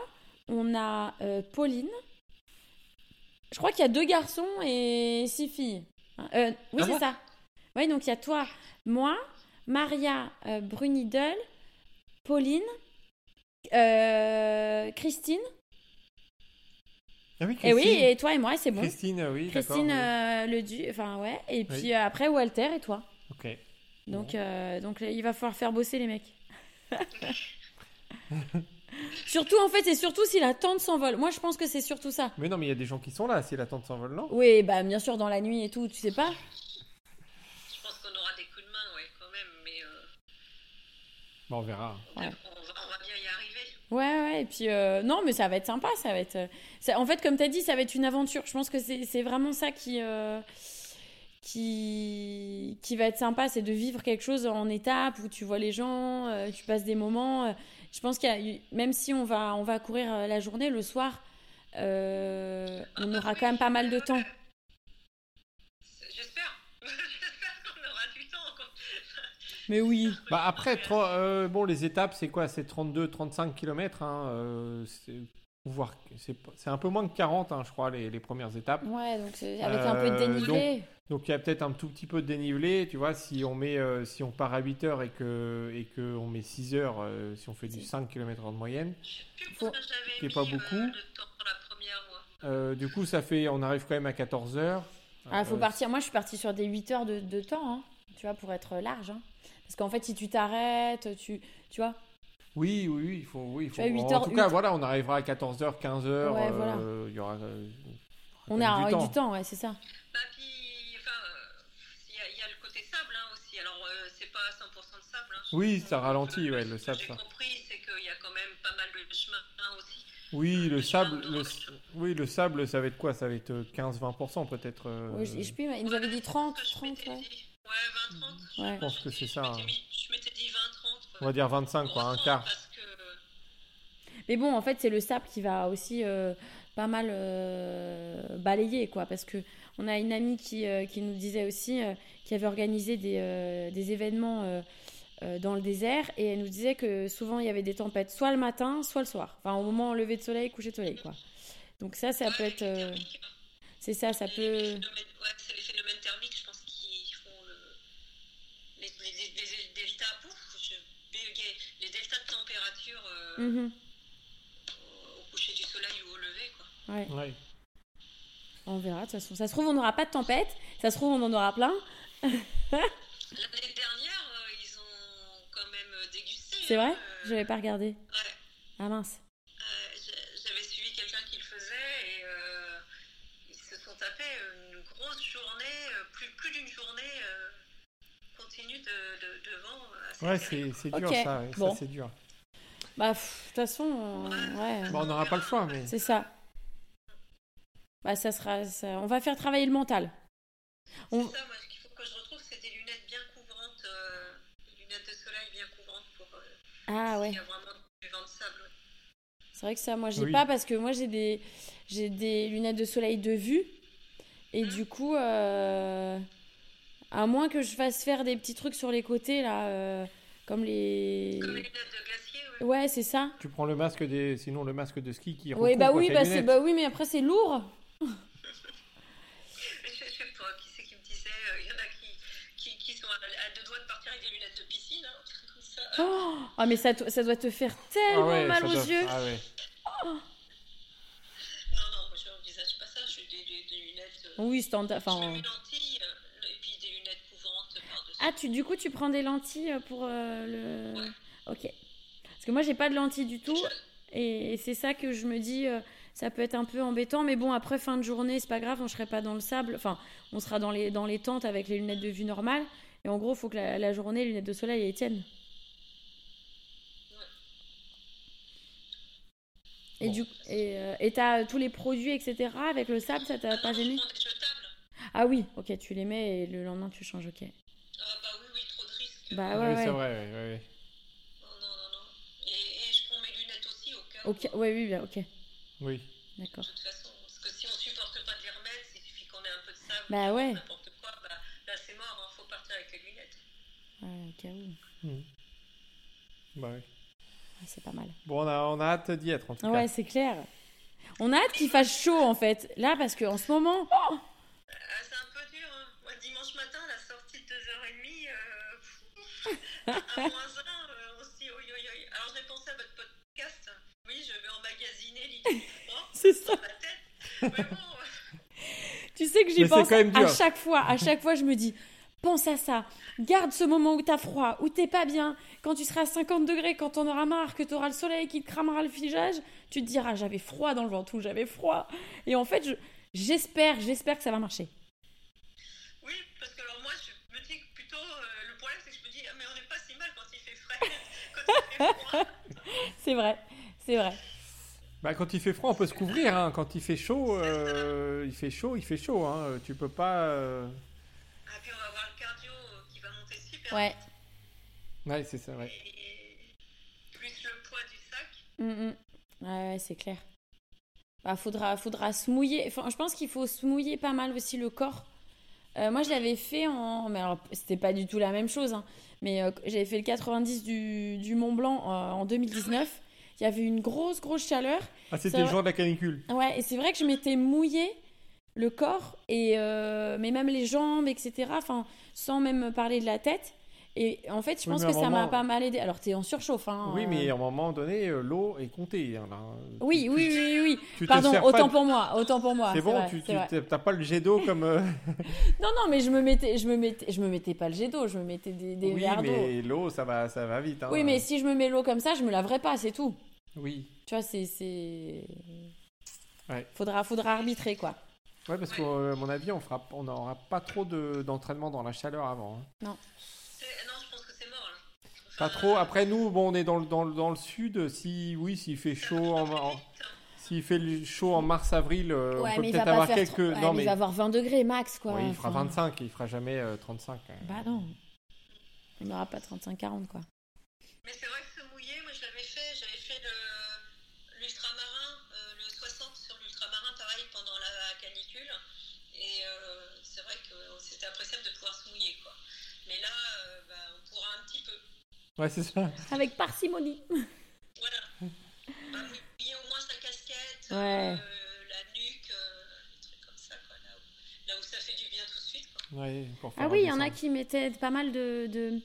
Speaker 3: on a euh, Pauline. Je crois qu'il y a deux garçons et six filles. Hein, euh, oui,
Speaker 1: Ah
Speaker 3: c'est
Speaker 1: bon
Speaker 3: ça. Oui, donc il y a toi, moi, Maria euh, Brunidel, Pauline, euh, Christine.
Speaker 1: Ah oui,
Speaker 3: Et
Speaker 1: Christine.
Speaker 3: Eh oui, et toi et moi, c'est bon.
Speaker 1: Christine, oui, d'accord.
Speaker 3: Christine
Speaker 1: oui.
Speaker 3: euh, le du, enfin ouais, et puis euh, après Walter et toi.
Speaker 1: Ok. Bon.
Speaker 3: Donc euh, donc là, il va falloir faire bosser les mecs. surtout en fait, c'est surtout si la tente s'envole. Moi, je pense que c'est surtout ça.
Speaker 1: Mais non, mais il y a des gens qui sont là. Si la tente s'envole, non
Speaker 3: Oui, bah bien sûr dans la nuit et tout, tu sais pas.
Speaker 2: Je pense qu'on aura des coups de main, ouais, quand même, mais euh,
Speaker 1: Bon, Bah, on verra.
Speaker 3: Ouais.
Speaker 2: on, va, on va bien y arriver.
Speaker 3: Ouais ouais, et puis euh, non, mais ça va être sympa, ça va être euh, ça- en fait comme t'as dit, ça va être une aventure. Je pense que c'est c'est vraiment ça qui euh, qui, qui va être sympa, c'est de vivre quelque chose en étape où tu vois les gens, euh, tu passes des moments. euh, je pense qu'il y a eu- même si on va, on va courir euh, la journée, le soir, euh, on
Speaker 2: Ah,
Speaker 3: aura
Speaker 2: oui,
Speaker 3: quand même pas mal de
Speaker 2: j'espère,
Speaker 3: temps.
Speaker 2: euh, J'espère. J'espère qu'on aura du temps. quoi.
Speaker 4: Mais oui.
Speaker 1: Bah après, trois- euh, bon, les étapes, c'est quoi C'est 32, 35 km. Hein, euh, c'est voire- c'est pas- c'est un peu moins que 40, hein, je crois, les, les premières étapes.
Speaker 3: Ouais, donc c'est- avec un peu de
Speaker 1: Euh,
Speaker 3: dénivelé.
Speaker 1: Donc il y a peut-être un tout petit peu de dénivelé. Tu vois, si on, met, euh, si on part à 8 heures et qu'on et que on met 6 heures, euh, si on fait du 5 km en moyenne,
Speaker 3: Faut-
Speaker 1: qui est
Speaker 2: J'avais
Speaker 1: pas
Speaker 2: mis,
Speaker 1: beaucoup.
Speaker 2: euh, le temps pour la première, moi.
Speaker 1: euh, du coup, ça fait, on arrive quand même à 14 heures.
Speaker 3: Ah, faut
Speaker 1: Euh,
Speaker 3: partir. Moi, je suis partie sur des 8 heures de, de temps, hein, tu vois, pour être large. hein. Parce qu'en fait, si tu t'arrêtes, tu, tu vois.
Speaker 1: Oui, oui, oui, il faut. Oui, il faut...
Speaker 3: vois, huit
Speaker 1: en
Speaker 3: heures,
Speaker 1: tout cas,
Speaker 3: huit-
Speaker 1: voilà, on arrivera à 14h, 15h.
Speaker 3: Ouais, voilà.
Speaker 1: Il y aura. euh,
Speaker 3: On
Speaker 1: il y
Speaker 3: a
Speaker 1: aura
Speaker 3: eu
Speaker 1: du
Speaker 3: du
Speaker 1: temps.
Speaker 3: temps, ouais, c'est ça.
Speaker 2: Bah, puis, enfin, euh, il y, a- il y a le côté sable hein, aussi. Alors, euh, c'est pas à 100% de sable. hein, je-
Speaker 1: Oui, ça
Speaker 2: euh,
Speaker 1: ralentit, ouais,
Speaker 2: ce
Speaker 1: le
Speaker 2: que
Speaker 1: sable,
Speaker 2: J'ai
Speaker 1: ça.
Speaker 2: compris, c'est qu'il y a quand même pas mal de chemin hein, aussi.
Speaker 1: Oui, le
Speaker 2: Le
Speaker 1: sable.
Speaker 2: chemin de
Speaker 1: Le...
Speaker 2: route.
Speaker 1: Oui, le sable, ça va être quoi Ça va être euh, 15-20% peut-être. euh,
Speaker 3: Ouais, je- je puis, il nous avait dit 30, 30, ouais. Mmh.
Speaker 2: ouais. Ouais, 20-30.
Speaker 3: Ouais. Je
Speaker 1: pense que c'est ça,
Speaker 2: Je
Speaker 1: hein.
Speaker 2: m'étais mis- je m'étais dit 20-30.
Speaker 1: On va dire 25, quoi, un quart.
Speaker 2: Parce que, euh,
Speaker 3: Mais bon, en fait, c'est le sable qui va aussi euh, pas mal euh, balayer, quoi. Parce que on a une amie qui, euh, qui nous disait aussi euh, qui avait organisé des, euh, des événements euh, euh, dans le désert et elle nous disait que souvent il y avait des tempêtes, soit le matin, soit le soir. Enfin, au moment lever de soleil, coucher de soleil, quoi. Donc ça, ça
Speaker 2: ouais,
Speaker 3: peut
Speaker 2: avec
Speaker 3: être,
Speaker 2: les
Speaker 3: euh,
Speaker 2: thermiques, hein.
Speaker 3: c'est ça, ça
Speaker 2: Les- les
Speaker 3: peut.
Speaker 2: phénomènes- Ouais, c'est les phénomènes thermiques, je pense, qui font le- les, les- les- les deltas. Ouf, je bégayais. Les deltas de température euh,
Speaker 3: Mhm.
Speaker 2: au- au coucher du soleil ou au lever, quoi.
Speaker 3: Ouais.
Speaker 1: Ouais.
Speaker 3: On verra, de toute façon. Ça se trouve, on n'aura pas de tempête. Ça se trouve, on en aura plein.
Speaker 2: L'année dernière, euh, ils ont quand même euh, dégusté.
Speaker 3: C'est
Speaker 2: hein,
Speaker 3: vrai
Speaker 2: euh,
Speaker 3: Je n'avais pas regardé.
Speaker 2: ouais.
Speaker 3: Ah mince.
Speaker 2: Euh, j'a- J'avais suivi quelqu'un qui le faisait et euh, ils se sont tapés une grosse journée, euh, plus, plus d'une journée euh, continue de, de, de vent. assez
Speaker 1: Ouais,
Speaker 2: terrible.
Speaker 1: c'est c'est dur
Speaker 3: Ok,
Speaker 1: ça. ouais,
Speaker 3: bon.
Speaker 1: ça c'est dur.
Speaker 3: Bah, pff, de toute façon, euh, ouais.
Speaker 1: Bon, on n'aura pas le choix, mais.
Speaker 3: C'est ça. Bah, ça sera. ça- On va faire travailler le mental. On-
Speaker 2: C'est ça, moi, ce qu'il faut que je retrouve, c'est des lunettes bien couvrantes, euh, des lunettes de soleil bien couvrantes pour. euh,
Speaker 3: Ah ouais.
Speaker 2: s'il y a vraiment du vent de sable.
Speaker 3: C'est vrai que ça, moi, j'ai
Speaker 1: Oui.
Speaker 3: pas parce que moi, j'ai des, j'ai des lunettes de soleil de vue. Et du coup, euh, à moins que je fasse faire des petits trucs sur les côtés, là, euh, comme les.
Speaker 2: Comme les lunettes de glacier, ouais.
Speaker 3: Ouais, c'est ça.
Speaker 1: Tu prends le masque des. Sinon, le masque de ski qui.
Speaker 3: Oui, bah
Speaker 1: recouvre
Speaker 3: oui,
Speaker 1: tes
Speaker 3: bah, c'est-
Speaker 1: lunettes.
Speaker 3: bah oui, mais après, c'est lourd.
Speaker 2: Je, je sais pas qui c'est qui me disait, euh, il y en a qui, qui, qui sont à, à deux doigts de partir avec des lunettes de piscine, hein, un truc comme ça.
Speaker 3: Oh, Ah, mais ça, to- ça doit te faire
Speaker 1: Ah
Speaker 3: tellement
Speaker 1: ouais,
Speaker 3: mal
Speaker 1: ça
Speaker 3: aux
Speaker 1: doit-
Speaker 3: yeux.
Speaker 1: Ah ouais.
Speaker 2: Non, non, moi je n'envisage pas ça, je fais des, des- des lunettes. euh,
Speaker 3: Oui, standard.
Speaker 2: je
Speaker 3: Enfin,
Speaker 2: mets mes lentilles euh, et puis des lunettes couvrantes par-dessus.
Speaker 3: Ah, tu, du coup, tu prends des lentilles pour euh, le.
Speaker 2: Ouais.
Speaker 3: Ok. Parce que moi, j'ai pas de lentilles du tout.
Speaker 2: Je-
Speaker 3: Et, et c'est ça que je me dis, euh, ça peut être un peu embêtant. Mais bon, après, fin de journée, c'est pas grave, on serait pas dans le sable. Enfin, on sera dans les, dans les tentes avec les lunettes de vue normales. Et en gros, faut que la, la journée, les lunettes de soleil, elles tiennent. Et
Speaker 1: Bon.
Speaker 3: du et euh, et t'as tous les produits, etc. Avec le sable, ça
Speaker 2: Ah
Speaker 3: t'a
Speaker 2: non,
Speaker 3: pas
Speaker 2: je
Speaker 3: gêné
Speaker 2: prends des jetables.
Speaker 3: Ah oui, ok, tu les mets et le lendemain, tu changes, ok.
Speaker 2: Ah bah oui, oui, trop de risques.
Speaker 3: Bah
Speaker 1: Ah
Speaker 3: ouais,
Speaker 1: oui,
Speaker 3: ouais.
Speaker 1: c'est vrai. ouais, ouais, ouais.
Speaker 2: Non, non, non, non. Et, et je prends mes lunettes aussi au cas où.
Speaker 3: Ok, ouais, oui, bien, ok,
Speaker 1: Oui.
Speaker 3: d'accord.
Speaker 2: De toute façon, parce que si on supporte pas de les remettre, il suffit qu'on ait un peu de sable,
Speaker 3: Bah ouais.
Speaker 2: n'importe quoi, bah, là c'est mort, hein, faut partir avec les lunettes.
Speaker 3: Ouais, au cas où.
Speaker 1: Bah oui.
Speaker 3: Ouais, c'est pas mal. Ah
Speaker 1: Bon, on a, on a hâte d'y être en tout
Speaker 3: Ouais, c'est clair. On a hâte qu'il fasse chaud en fait. Là, parce qu'en ce moment, oh,
Speaker 2: Ah, c'est un peu dur, hein. Moi, dimanche matin, la sortie de 2h30, euh, pff, à moins 1, on se dit oi, oi, oi. Alors j'ai pensé à votre podcast, oui, je vais emmagasiner l'idée du froid
Speaker 3: c'est ça.
Speaker 2: dans ma tête, mais bon, euh,
Speaker 3: Tu sais que j'y
Speaker 1: Mais c'est
Speaker 3: pense
Speaker 1: quand même
Speaker 3: à
Speaker 1: dur.
Speaker 3: chaque fois. À chaque fois, je me dis, pense à ça. Garde ce moment où t'as froid, où t'es pas bien. Quand tu seras à 50 degrés, quand t'en auras marre, que t'auras le soleil qui te cramera le figage, tu te diras, j'avais froid dans le ventre, ou j'avais froid. Et en fait, je- j'espère, j'espère que ça va marcher.
Speaker 2: Oui, parce que alors moi, je me dis que plutôt, euh, le problème, c'est que je me dis, ah, mais on n'est pas si mal quand il fait frais, quand il fait froid.
Speaker 3: C'est vrai, c'est vrai.
Speaker 1: Bah, quand il fait froid, on peut se couvrir. hein. Quand il fait chaud, euh, il fait chaud, il fait chaud. Hein. Tu peux pas. euh,
Speaker 2: Ah, puis on va avoir le cardio euh, qui va monter super
Speaker 3: Ouais.
Speaker 1: Ouais, c'est ça, ouais.
Speaker 2: et plus le poids du sac.
Speaker 3: Mm, mm. Ouais, ouais, c'est clair. Bah, faudra, faudra se mouiller. Enfin, je pense qu'il faut se mouiller pas mal aussi le corps Euh, moi, je l'avais fait en. Mais alors, c'était pas du tout la même chose, hein. mais euh, j'avais fait le 90 du, du Mont Blanc euh, en 2019. Il y avait une grosse, grosse chaleur.
Speaker 5: Ah,
Speaker 3: Ça
Speaker 5: c'était
Speaker 3: va.
Speaker 5: le jour de la canicule.
Speaker 3: Ouais, et c'est vrai que je m'étais mouillée le corps, et euh, mais même les jambes, etc. Enfin, sans même parler de la tête. Et en fait, je
Speaker 5: Oui,
Speaker 3: pense
Speaker 5: mais à
Speaker 3: que
Speaker 5: un
Speaker 3: ça m'a
Speaker 5: moment-
Speaker 3: pas mal aidé. Alors, t'es en surchauffe. Hein,
Speaker 5: Oui,
Speaker 3: euh.
Speaker 5: mais à un moment donné, euh, l'eau est comptée. hein, là.
Speaker 3: Oui,
Speaker 5: Tu-
Speaker 3: oui,
Speaker 5: tu-
Speaker 3: oui, oui.
Speaker 5: tu te
Speaker 3: Pardon,
Speaker 5: sers pas
Speaker 3: autant
Speaker 5: de-
Speaker 3: pour moi, autant pour moi.
Speaker 5: C'est bon,
Speaker 3: vrai,
Speaker 5: tu
Speaker 3: c'est
Speaker 5: tu-
Speaker 3: vrai.
Speaker 5: t'as pas le jet d'eau comme. euh,
Speaker 3: Non, non, mais je me mettais, je me mettais, je me mettais pas le jet d'eau, je me mettais des, des
Speaker 5: oui,
Speaker 3: verres d'eau.
Speaker 5: mais l'eau, ça va, ça va vite. hein.
Speaker 3: Oui, mais si je me mets l'eau comme ça, je me laverai pas, c'est tout.
Speaker 5: Oui.
Speaker 3: Tu vois, c'est, c'est.
Speaker 5: Ouais.
Speaker 3: Faudra, faudra arbitrer quoi.
Speaker 5: Ouais, parce qu'à mon avis, on fera, on n'aura pas trop de- d'entraînement dans la chaleur avant. hein.
Speaker 2: C'est- eh Non, je pense que c'est mort. hein. là.
Speaker 5: Pas trop. Après, nous, bon, on est dans le, dans le, dans le sud. Si, oui, s'il fait chaud en, en-
Speaker 2: hein.
Speaker 5: s'il fait le- chaud en mars-avril, euh, on
Speaker 3: ouais,
Speaker 5: peut
Speaker 3: mais il va
Speaker 5: peut-être
Speaker 3: pas
Speaker 5: avoir
Speaker 3: faire.
Speaker 5: quelques.
Speaker 3: trop- ouais,
Speaker 5: non,
Speaker 3: mais
Speaker 5: mais
Speaker 3: il va avoir 20 degrés max quoi.
Speaker 5: oui, il fera
Speaker 3: Enfin,
Speaker 5: 25, il fera jamais euh, 35. hein.
Speaker 3: Bah non. On n'aura pas 35-40 quoi.
Speaker 2: Mais c'est vrai que se mouiller, moi je l'avais fait, j'avais fait le- l'ultramarin, euh, le 60 sur l'ultramarin, pareil, pendant la canicule. Et euh, c'est vrai que c'était appréciable de pouvoir se mouiller, quoi. Mais là, euh, bah, on pourra un petit peu.
Speaker 5: Ouais, c'est ça.
Speaker 3: Avec parcimonie.
Speaker 2: Voilà. Bah, mouiller au moins sa casquette,
Speaker 3: Ouais.
Speaker 2: euh, la nuque, euh, des trucs comme ça, quoi. Là où, là où ça fait du bien tout de suite, quoi.
Speaker 5: Ouais, pour faire
Speaker 3: Ah oui, il y en a
Speaker 5: redescendre.
Speaker 3: qui mettaient pas mal de. de-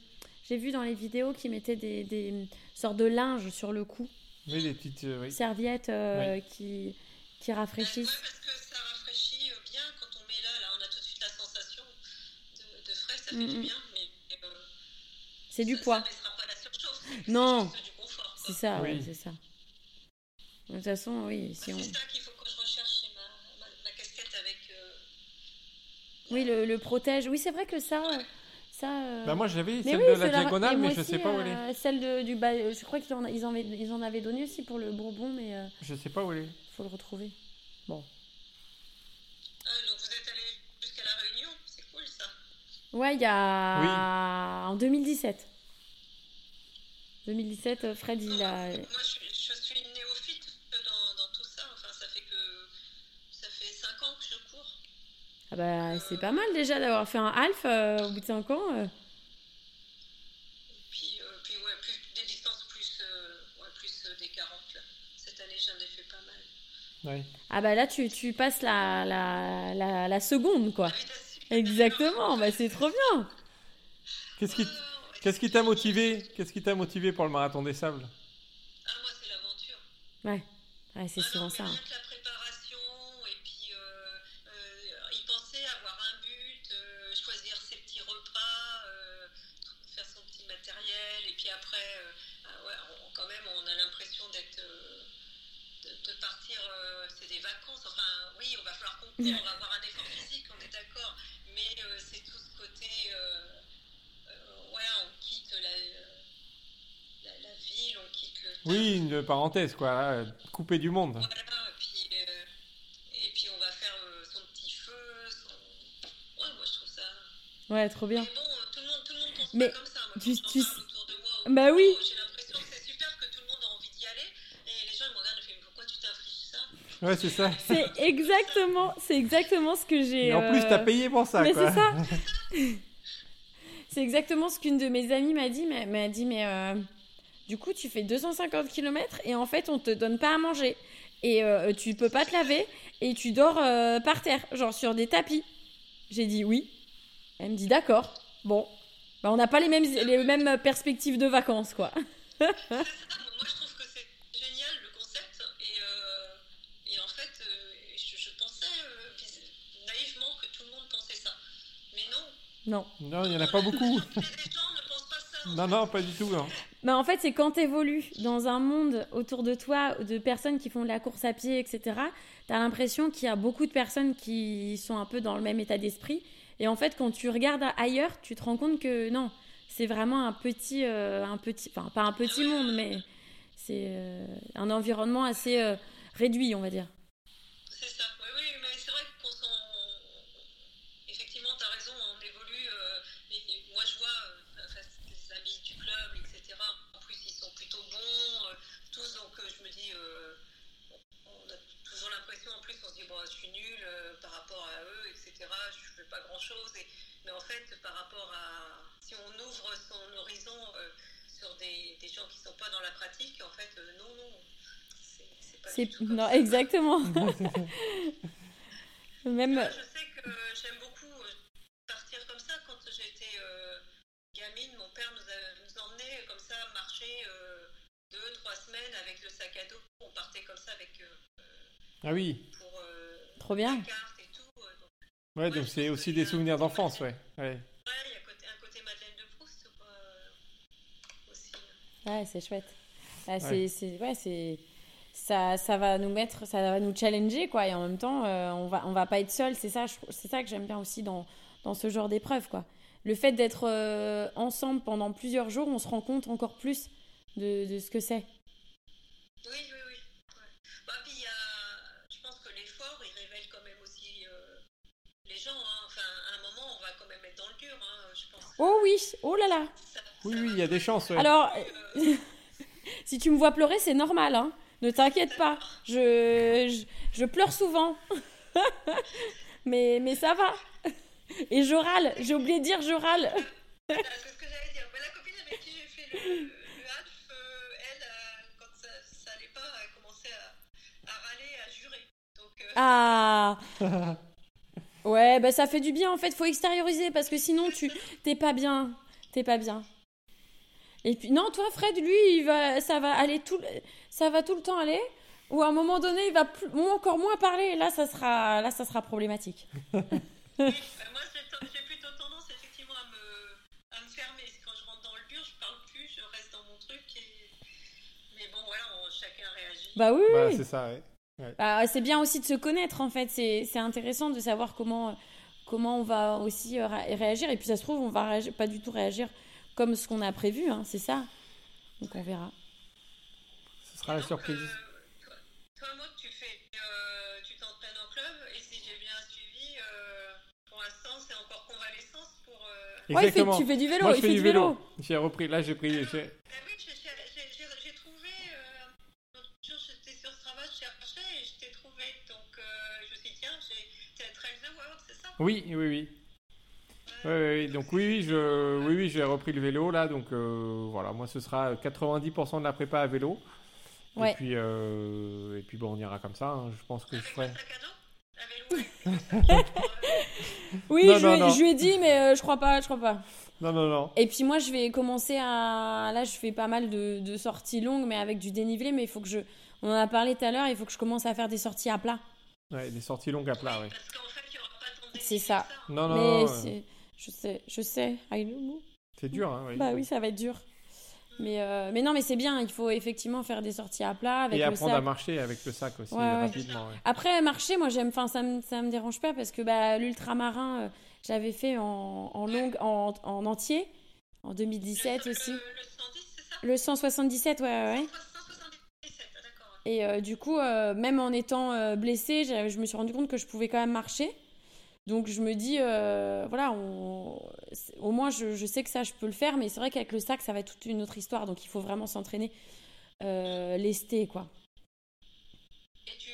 Speaker 3: J'ai vu dans les vidéos qui mettaient des, des sortes de linge sur le cou,
Speaker 5: Oui, des petites. euh, oui.
Speaker 3: serviettes euh, qui, qui rafraîchissent.
Speaker 2: Ouais, Bah, parce que ça rafraîchit euh, bien quand on met là, là on a tout de suite la sensation de, de frais, ça fait du
Speaker 3: Mhm.
Speaker 2: bien, mais. euh,
Speaker 3: C'est du
Speaker 2: Ça-
Speaker 3: poids.
Speaker 2: Ça baissera pas la surchauffe. c'est
Speaker 3: Non.
Speaker 2: juste du confort, quoi. Bah,
Speaker 3: C'est ça,
Speaker 5: Oui.
Speaker 3: ouais, c'est ça. De toute façon, oui, si
Speaker 2: C'est
Speaker 3: on...
Speaker 2: ça qu'il faut que je recherche chez ma, ma- ma casquette avec. euh,
Speaker 3: Oui, le, le protège. Oui, c'est vrai que ça... euh, ça euh,
Speaker 5: Bah, moi, j'avais
Speaker 3: mais
Speaker 5: celle
Speaker 3: oui,
Speaker 5: de la
Speaker 3: c'est
Speaker 5: diagonale,
Speaker 3: et
Speaker 5: mais
Speaker 3: moi
Speaker 5: je sais
Speaker 3: aussi,
Speaker 5: pas où elle est.
Speaker 3: euh, Celle de, du... Bah, euh, je crois qu'ils en, ils en, avaient- ils en avaient donné aussi pour le Bourbon, mais euh,
Speaker 5: Je sais pas où elle est.
Speaker 3: faut le retrouver.
Speaker 2: ah, donc vous êtes allé jusqu'à la Réunion, c'est cool ça.
Speaker 3: Ouais, il y a...
Speaker 5: Oui.
Speaker 3: En 2017. 2017, euh, Fred, il a...
Speaker 2: Moi je, je suis une néophyte euh, dans, dans tout ça. Enfin, ça fait que. Ça fait 5 ans que je cours.
Speaker 3: Ah bah, c'est pas mal déjà d'avoir fait un half euh, au bout de 5 ans. euh.
Speaker 2: Puis, euh, puis ouais, plus, des distances plus, euh, ouais, plus euh, des 40 là. Cette année j'en ai fait pas mal.
Speaker 5: Ouais.
Speaker 3: Ah bah là, tu, tu passes la, la, la, la seconde, quoi. Exactement, bah c'est trop bien.
Speaker 5: Qu'est-ce qui, qu'est-ce qui t'a motivé Qu'est-ce qui t'a motivé pour le marathon des sables
Speaker 2: Ah, moi c'est l'aventure.
Speaker 3: Ouais, c'est
Speaker 2: Ah non,
Speaker 3: souvent
Speaker 2: mais
Speaker 3: ça. hein.
Speaker 2: Rien que la préparation, et puis euh, euh, y penser, avoir un but, euh, choisir ses petits repas, euh, faire son petit matériel, et puis après, euh, ah ouais, on- quand même, on a l'impression d'être. euh, de, de partir, euh, c'est des vacances, enfin oui, on va falloir compter, on va avoir un effort physique, on est d'accord, mais euh, c'est tout ce côté. euh, euh, ouais, on quitte la. la- la ville, on quitte le
Speaker 5: Oui, une parenthèse, quoi. euh, Coupé du monde.
Speaker 2: voilà, et puis, euh, et puis on va faire euh, son petit feu. Son... Ouais, moi je trouve ça.
Speaker 3: Ouais, trop bien.
Speaker 2: Mais bon, euh, tout le monde, tout le monde pense
Speaker 3: Mais
Speaker 2: pas comme ça. Moi, quand
Speaker 3: tu-
Speaker 2: j'en
Speaker 3: tu-
Speaker 2: parle autour de moi, au
Speaker 3: Bah
Speaker 2: boulot,
Speaker 3: oui.
Speaker 2: J'ai l'impression que c'est super que tout le monde a envie d'y aller. Et les gens ils me regardent et me font, Mais pourquoi tu t'infliges ça
Speaker 5: Ouais, c'est ça.
Speaker 3: C'est exactement, c'est exactement ce que j'ai.
Speaker 5: Et en plus,
Speaker 3: euh,
Speaker 5: t'as payé pour ça,
Speaker 3: Mais
Speaker 5: quoi.
Speaker 3: c'est ça. c'est exactement ce qu'une de mes amies m'a dit. m'a- M'a dit, mais euh, du coup, tu fais 250 km et en fait, on te donne pas à manger et euh, tu peux pas te laver et tu dors euh, par terre, genre sur des tapis. J'ai dit oui. Elle me dit d'accord. Bon, Bah, on n'a pas les mêmes les mêmes perspectives de vacances, quoi.
Speaker 2: Ah, mais Moi je trouve que c'est génial le concept. Et, euh, et en fait, euh, je, je pensais euh, vis- naïvement que tout le monde pensait ça. Mais non.
Speaker 3: Non.
Speaker 5: Non, il y en a pas beaucoup.
Speaker 2: Les gens ne pensent pas ça. en
Speaker 5: Non,
Speaker 2: fait.
Speaker 5: non, pas du tout. hein. non.
Speaker 3: Bah en fait, c'est quand tu évolues dans un monde autour de toi, de personnes qui font de la course à pied, etc., tu as l'impression qu'il y a beaucoup de personnes qui sont un peu dans le même état d'esprit. Et en fait, quand tu regardes ailleurs, tu te rends compte que non, c'est vraiment un petit, euh, un petit, enfin pas un petit monde, mais c'est euh, un environnement assez euh, réduit, on va dire.
Speaker 2: C'est ça, oui, oui, mais c'est vrai qu'on s'en. on- Effectivement, tu as raison, on évolue. euh, et- et moi, je vois euh, enfin, les amis du club, etc. En plus, ils sont plutôt bons, euh, tous, donc euh, je me dis. euh, on a toujours l'impression, en plus, on se dit, bon, je suis nul par rapport à eux, etc. etc. Je fais pas grand chose. Et... Mais en fait, par rapport à si on ouvre son horizon euh, sur des, des gens qui sont pas dans la pratique, en fait, euh, non, non, c'est c'est pas du
Speaker 3: C'est
Speaker 2: tout comme
Speaker 3: non
Speaker 2: ça.
Speaker 3: exactement. Même
Speaker 2: Moi, je sais que j'aime beaucoup euh, partir comme ça. Quand j'étais euh, gamine, mon père nous, a- nous emmenait euh, comme ça marcher euh, deux, trois semaines avec le sac à dos. On partait comme ça avec euh,
Speaker 5: Ah oui,
Speaker 2: pour euh,
Speaker 3: trop
Speaker 2: la
Speaker 3: bien.
Speaker 2: carte et tout. euh, donc,
Speaker 5: ouais, donc c'est aussi des souvenirs d'enfance, ouais. ouais.
Speaker 2: ouais, il y a côté- un côté Madeleine de Proust quoi, euh, aussi.
Speaker 3: Ouais, c'est chouette. Ah, c'est
Speaker 5: Ouais.
Speaker 3: c'est ouais, c'est ça ça va nous mettre ça va nous challenger quoi et en même temps euh, on va on va pas être seul, c'est ça je trou- c'est ça que j'aime bien aussi dans dans ce genre d'épreuve quoi. Le fait d'être euh, ensemble pendant plusieurs jours, on se rend compte encore plus de, de ce que c'est.
Speaker 2: Oui, oui, oui. ouais. Bah, puis, il y a- je pense que l'effort, il révèle quand même aussi euh, les gens. hein. Enfin, à un moment, on va quand même être dans le dur, hein, je pense.
Speaker 3: Oh oui, oh là là.
Speaker 2: Ça-
Speaker 5: Oui,
Speaker 2: ça
Speaker 5: oui,
Speaker 2: va
Speaker 5: il y a
Speaker 2: pas
Speaker 5: des
Speaker 2: être
Speaker 5: chances, ouais.
Speaker 3: Alors
Speaker 2: non plus, euh,
Speaker 3: Si tu me vois pleurer, c'est normal, hein. Ne t'inquiète pas. Je, je, je pleure souvent. mais, mais ça va. Et je râle. J'ai oublié de dire je râle.
Speaker 2: Voilà, c'est ce que j'allais dire. Bah, la copine avec qui j'ai fait le, le half, euh, elle, euh, quand ça, ça allait pas, elle commençait à, à râler, à jurer. Donc, euh,
Speaker 3: Ah Ouais, bah ça fait du bien en fait. Faut extérioriser parce que sinon tu t'es pas bien. T'es pas bien. Et puis non, toi Fred, lui, il va, ça va aller tout, le- ça va tout le temps aller. Ou à un moment donné, il va plus- ou encore moins parler. Là, ça sera, là, ça sera problématique.
Speaker 2: bah, moi, j'ai ten- j'ai plutôt tendance effectivement à me, à me fermer. Quand je rentre dans le dur, je parle plus, je reste dans mon truc. Et... Mais bon, voilà, on- chacun réagit.
Speaker 3: Bah oui.
Speaker 5: Bah,
Speaker 3: oui.
Speaker 5: c'est ça, ouais.
Speaker 3: Bah, c'est bien aussi de se connaître en fait, c'est c'est intéressant de savoir comment, comment on va aussi euh, ré- réagir et puis ça se trouve on va réagir- pas du tout réagir comme ce qu'on a prévu, hein, c'est ça. Donc on verra.
Speaker 5: Ce sera Ah, la
Speaker 2: Donc,
Speaker 5: surprise.
Speaker 2: euh, toi, toi, Maud, tu fais, euh, tu t'entraînes en club et si j'ai bien suivi, euh, pour l'instant, c'est encore convalescence pour. euh,
Speaker 3: Ouais, il fait- tu fais du vélo,
Speaker 5: Moi, je
Speaker 3: il
Speaker 5: fais
Speaker 3: fait
Speaker 5: du vélo. J'ai repris, là, j'ai pris. j'ai-
Speaker 2: Ah oui, j'ai- j'ai- j'ai j'ai trouvé. euh, L'autre jour, j'étais sur Strava, je cherchais et je t'ai trouvé. Donc, euh, je me suis dit, tiens, j'ai- t'as Trail the World, c'est ça Euh,
Speaker 5: Oui, oui, oui. Oui, oui, oui. donc oui, oui, je, oui, oui, j'ai repris le vélo là, donc euh, voilà, moi ce sera 90% de la prépa à vélo.
Speaker 3: Ouais.
Speaker 5: Et puis, euh, et puis bon, on ira comme ça. hein. Je pense que je
Speaker 2: Avec
Speaker 5: ferai.
Speaker 2: le sac à dos Ah, La vélo avec le sac à dos, euh,
Speaker 3: Oui,
Speaker 5: Non,
Speaker 3: je,
Speaker 5: non,
Speaker 3: lui ai-
Speaker 5: non.
Speaker 3: je lui ai dit mais euh, je crois pas, je crois pas.
Speaker 5: Non, non, non.
Speaker 3: Et puis moi je vais commencer à là je fais pas mal de, de sorties longues mais avec du dénivelé mais il faut que je on en a parlé tout à l'heure, il faut que je commence à faire des sorties à plat.
Speaker 5: Ouais, des sorties longues à
Speaker 1: Bah
Speaker 5: plat, ouais.
Speaker 2: euh, Parce qu'en fait, il n'y aura pas tant de
Speaker 3: C'est ça.
Speaker 2: défis que
Speaker 5: Non, non,
Speaker 3: mais
Speaker 5: non, ouais.
Speaker 3: c'est- je sais, je sais, Ah, I know.
Speaker 5: c'est dur, hein, oui.
Speaker 3: Bah oui, ça va être dur. Mais, euh, mais non, mais c'est bien, il faut effectivement faire des sorties à plat avec
Speaker 5: Et
Speaker 3: le
Speaker 5: apprendre à
Speaker 3: sac.
Speaker 5: marcher avec le sac aussi
Speaker 3: Ouais, ouais.
Speaker 5: rapidement. ouais.
Speaker 3: Après, marcher, moi j'aime, enfin ça me, ça me dérange pas parce que bah, l'ultramarin, euh, j'avais fait en, en longue, en, en entier, en
Speaker 2: Le-
Speaker 3: 2017
Speaker 2: le-
Speaker 3: aussi.
Speaker 2: Le 110, c'est ça
Speaker 3: Le 177, ouais, ouais. ouais.
Speaker 2: 177, ah, d'accord. ouais.
Speaker 3: Et euh, du coup, euh, même en étant euh, blessée, j'ai- je me suis rendu compte que je pouvais quand même marcher. Donc je me dis, euh, voilà, on- c'est- au moins je, je sais que ça, je peux le faire, mais c'est vrai qu'avec le sac, ça va être toute une autre histoire. Donc il faut vraiment s'entraîner, euh, lester, quoi.
Speaker 2: Et tu,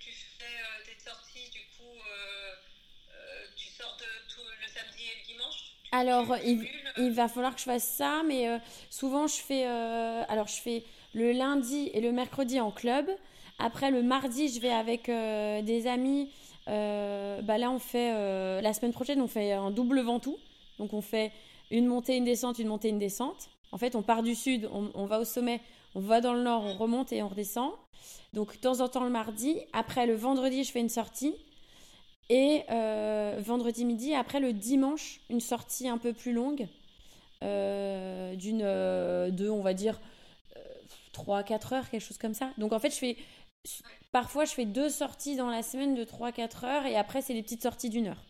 Speaker 2: tu fais euh, des sorties, du coup, euh, euh, tu sors de tout le samedi et le dimanche tu-
Speaker 3: Alors,
Speaker 2: tu
Speaker 3: il-
Speaker 2: cumules, euh,
Speaker 3: Il va falloir que je fasse ça, mais euh, souvent je fais, euh, alors je fais le lundi et le mercredi en club. Après le mardi, je vais avec euh, des amis. Euh, bah là, on fait euh, la semaine prochaine, on fait un double ventoux. Donc on fait une montée, une descente, une montée, une descente. En fait, on part du sud, on, on va au sommet, on va dans le nord, on remonte et on redescend. Donc de temps en temps le mardi. Après le vendredi, je fais une sortie. Et euh, vendredi midi, après le dimanche, une sortie un peu plus longue, euh, d'une, euh, de, on va dire, 3-4 heures, quelque chose comme ça. Donc en fait, je fais, parfois, je fais deux sorties dans la semaine de 3-4 heures, et après, c'est des petites sorties d'une heure.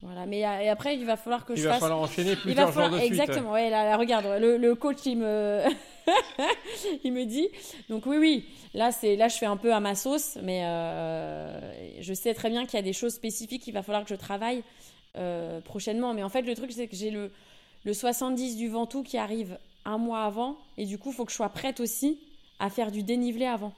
Speaker 3: Voilà, mais euh, et après, il va falloir que
Speaker 5: Il
Speaker 3: je
Speaker 5: va
Speaker 3: fasse
Speaker 5: falloir enchaîner
Speaker 3: il va
Speaker 5: plusieurs jours
Speaker 3: falloir
Speaker 5: de suite. ouais.
Speaker 3: exactement. Ouais, là, là, regarde, le, le coach il me, il me dit. Donc oui, oui. Là, c'est là, je fais un peu à ma sauce, mais euh, je sais très bien qu'il y a des choses spécifiques qu'il va falloir que je travaille euh, prochainement. Mais en fait, le truc c'est que j'ai le le 70 du Ventoux qui arrive un mois avant, et du coup, faut que je sois prête aussi à faire du dénivelé avant.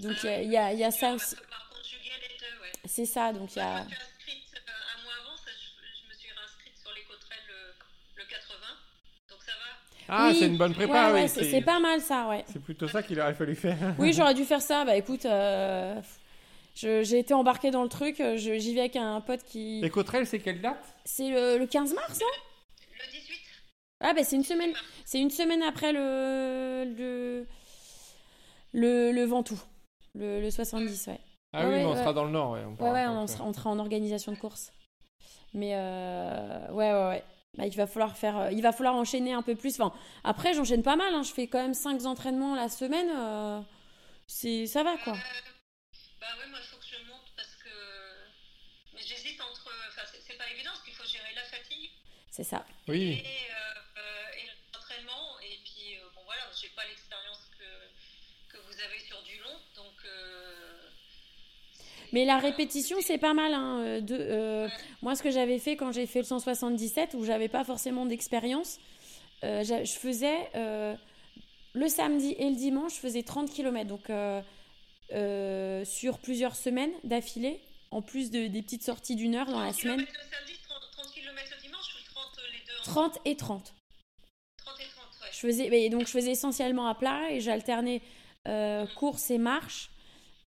Speaker 3: Donc euh, il y a- il y, a- il y a
Speaker 2: tu
Speaker 3: ça
Speaker 2: vas
Speaker 3: aussi.
Speaker 2: pouvoir conjuguer les deux, ouais.
Speaker 3: C'est ça, donc il y
Speaker 2: Moi,
Speaker 3: a.
Speaker 2: Je me suis inscrite euh, un mois avant, ça, je, je me suis réinscrite sur les Cotterelles le, le 80, donc ça va.
Speaker 5: Ah,
Speaker 3: Oui.
Speaker 5: c'est une bonne prépa,
Speaker 3: ouais,
Speaker 5: oui.
Speaker 3: ouais, c'est c'est pas mal ça, ouais.
Speaker 5: c'est plutôt ça qu'il aurait fallu faire.
Speaker 3: Oui, j'aurais dû faire ça. Bah écoute, euh, je- j'ai été embarquée dans le truc. Je- J'y vais avec un pote qui.
Speaker 5: Les Cotterelles, c'est quelle date
Speaker 3: C'est le, le 15 mars, hein
Speaker 2: Le 18,
Speaker 3: Ah bah c'est une semaine. C'est une semaine après le le le, le Ventoux, le, le 70, ouais.
Speaker 5: Ah oui,
Speaker 3: Ouais,
Speaker 5: mais on
Speaker 3: ouais.
Speaker 5: sera dans le Nord, ouais.
Speaker 3: Ouais,
Speaker 5: pourra
Speaker 3: ouais,
Speaker 5: encore
Speaker 3: on
Speaker 5: faire.
Speaker 3: sera, on sera en organisation de course. Mais euh, ouais, ouais, ouais. Bah, il va falloir faire, euh, il va falloir enchaîner un peu plus. Enfin, après, j'enchaîne pas mal. hein. Je fais quand même 5 entraînements la semaine. euh, c'est, ça va quoi.
Speaker 2: bah ouais, moi il faut que je monte parce que. Mais j'hésite entre. Enfin, c'est- c'est pas évident parce qu'il faut gérer la fatigue
Speaker 3: C'est ça.
Speaker 5: Oui.
Speaker 2: et, euh, euh, et l'entraînement. Et puis, euh, bon voilà, j'ai pas l'expérience que, que vous avez sur du long, donc. euh,
Speaker 3: Mais la répétition, c'est pas mal. hein, euh, de, euh, moi, ce que j'avais fait quand j'ai fait le 177, où j'avais pas forcément d'expérience, euh, j'a- je faisais euh, le samedi et le dimanche, je faisais 30 km. Donc, euh, euh, sur plusieurs semaines d'affilée, en plus de, des petites sorties d'une heure dans la
Speaker 2: 30
Speaker 3: semaine,
Speaker 2: kilomètres le samedi, 30, 30 km le dimanche ou 30 les deux en-
Speaker 3: 30 et 30.
Speaker 2: 30 et 30, ouais.
Speaker 3: Je faisais, mais donc je faisais essentiellement à plat et j'alternais euh, course et marche.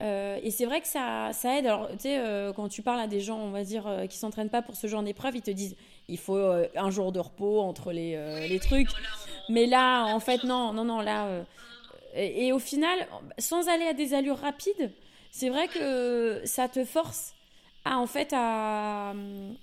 Speaker 3: Euh, et c'est vrai que ça, ça aide. Alors, tu sais, euh, quand tu parles à des gens, on va dire, euh, qui s'entraînent pas pour ce genre d'épreuve, ils te disent il faut euh, un jour de repos entre les, euh,
Speaker 2: Oui,
Speaker 3: les
Speaker 2: oui,
Speaker 3: trucs.
Speaker 2: non, là, on-
Speaker 3: Mais là, en fait, non, non, non, là. euh, et, et au final, sans aller à des allures rapides, c'est vrai que ça te force à, en fait, à.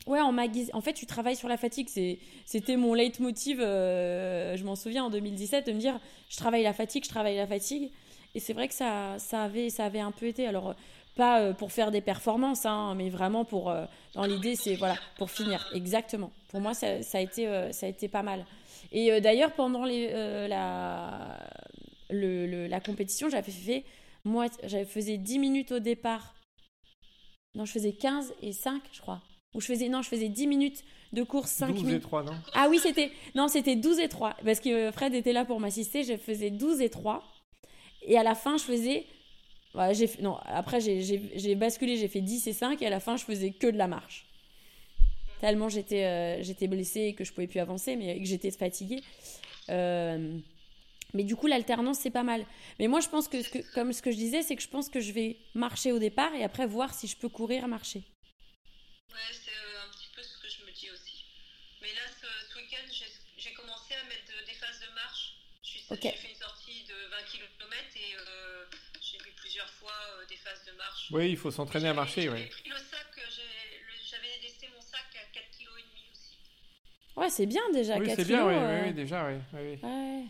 Speaker 3: Ouais, en, en fait, tu travailles sur la fatigue. C'est, c'était mon leitmotiv, euh, je m'en souviens, en 2017, de me dire je travaille la fatigue, je travaille la fatigue. Et c'est vrai que ça, ça, avait, ça avait un peu été. Alors, pas euh, pour faire des performances, hein, mais vraiment pour. euh, dans l'idée, c'est. Voilà, pour finir. Exactement. Pour moi, ça, ça a, été, euh, ça a été pas mal. Et euh, d'ailleurs, pendant les, euh, la, le- le- la compétition, j'avais fait. Moi, j'avais faisais 10 minutes au départ. Non, je faisais 15 et 5, je crois. Ou je faisais. Non, je faisais 10 minutes de course, 5
Speaker 5: 12
Speaker 3: minutes.
Speaker 5: et 3, non
Speaker 3: Ah oui, c'était non, c'était 12 et 3 parce que euh, Fred était là pour m'assister, je faisais 12 et 3 et à la fin je faisais ouais, j'ai fait- non, après j'ai- j'ai j'ai basculé, j'ai fait 10 et 5 et à la fin je faisais que de la marche. Tellement j'étais euh, j'étais blessée et que je pouvais plus avancer mais et que j'étais fatiguée. Euh, mais du coup, l'alternance, c'est pas mal. Mais moi, je pense que, ce que, comme ce que je disais, c'est que je pense que je vais marcher au départ et après voir si je peux courir, marcher.
Speaker 2: Ouais, c'est euh, un petit peu ce que je me dis aussi. Mais là, ce, ce week-end, j'ai- j'ai commencé à mettre de- des phases de marche. Je suis- J'ai
Speaker 3: Ok.
Speaker 2: fait une sortie de 20 km et euh, j'ai mis plusieurs fois euh, des phases de marche.
Speaker 5: Oui, il faut s'entraîner à
Speaker 2: J'avais-
Speaker 5: marcher,
Speaker 2: j'avais
Speaker 5: oui.
Speaker 2: pris le sac, euh, j'ai- le- j'avais laissé mon sac à 4,5 kg aussi.
Speaker 3: Ouais, c'est bien déjà.
Speaker 5: Oui,
Speaker 3: 4
Speaker 5: c'est bien,
Speaker 3: kilos,
Speaker 5: oui,
Speaker 3: euh,
Speaker 5: oui, oui, déjà, oui. oui, oui.
Speaker 3: ouais.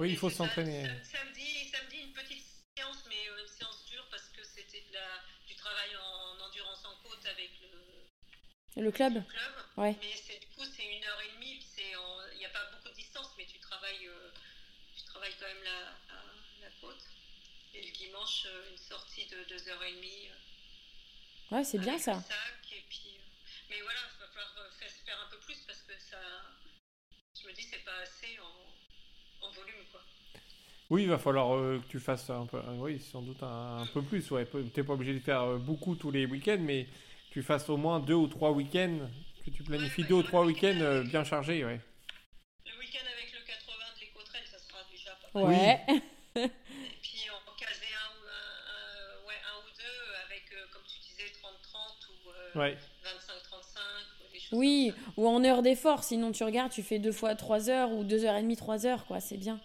Speaker 5: Oui, il
Speaker 2: Et
Speaker 5: faut
Speaker 2: c'est ça,
Speaker 5: s'entraîner.
Speaker 2: sam- Samedi, samedi, une petite séance, mais euh, une séance dure parce que c'était de la- du travail en endurance en côte avec le,
Speaker 3: Le club
Speaker 2: club.
Speaker 3: Ouais.
Speaker 2: Mais c'est- du coup, c'est une heure et demie. puis c'est en- Il n'y a pas beaucoup de distance, mais tu travailles, euh, tu travailles quand même la, la- la côte. Et le dimanche, euh, une sortie de deux heures et demie. euh,
Speaker 3: Ouais, c'est bien
Speaker 2: avec
Speaker 3: ça.
Speaker 2: le sac, et puis, euh, mais voilà, il va falloir euh, faire, faire un peu plus parce que ça. Je me dis, c'est pas assez en, en volume, quoi.
Speaker 5: Oui, il va falloir euh, que tu fasses un peu, euh, oui, sans doute un, un peu plus. Ouais, Peu- t'es pas obligé de faire euh, beaucoup tous les week-ends, mais que tu fasses au moins deux ou trois week-ends, que tu planifies deux ou trois week-ends euh, bien chargés, ouais.
Speaker 2: Le week-end avec le 80 de l'Écotrel, ça sera déjà pas mal.
Speaker 3: Ouais.
Speaker 2: Et puis en caser un, ou- un- un- ouais, un ou deux avec, euh, comme tu disais, 30-30 ou. euh,
Speaker 5: Ouais.
Speaker 2: 25-35, ou des choses
Speaker 3: Oui,
Speaker 2: comme ça.
Speaker 3: ou en heure d'effort, sinon tu regardes, tu fais deux fois 3 heures ou deux heures et demie, 3 heures, quoi, c'est bien.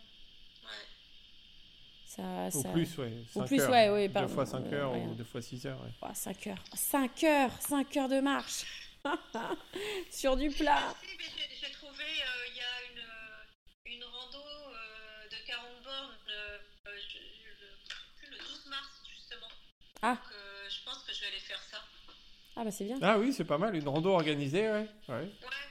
Speaker 2: Ouais.
Speaker 3: Ça,
Speaker 5: Ou
Speaker 3: ça...
Speaker 5: plus, ouais. cinq
Speaker 3: plus,
Speaker 5: heures.
Speaker 3: ouais, ouais,
Speaker 5: Deux
Speaker 3: pardon,
Speaker 5: fois 5
Speaker 3: euh,
Speaker 5: heures
Speaker 3: ouais.
Speaker 5: ou deux fois 6 heures, ouais.
Speaker 3: 5 heures. 5 heures, 5 heures de marche. Sur du plat.
Speaker 2: Ah, si, mais j'ai- j'ai trouvé, euh, il y a une, euh, une rando euh, de 40 bornes euh, euh, je- je- le, 12 mars, justement.
Speaker 3: Ah.
Speaker 2: Donc, euh, je pense que je vais aller faire ça.
Speaker 3: Ah bah c'est bien.
Speaker 5: Ah oui, c'est pas mal, une rando organisée, ouais. ouais.
Speaker 2: Ouais,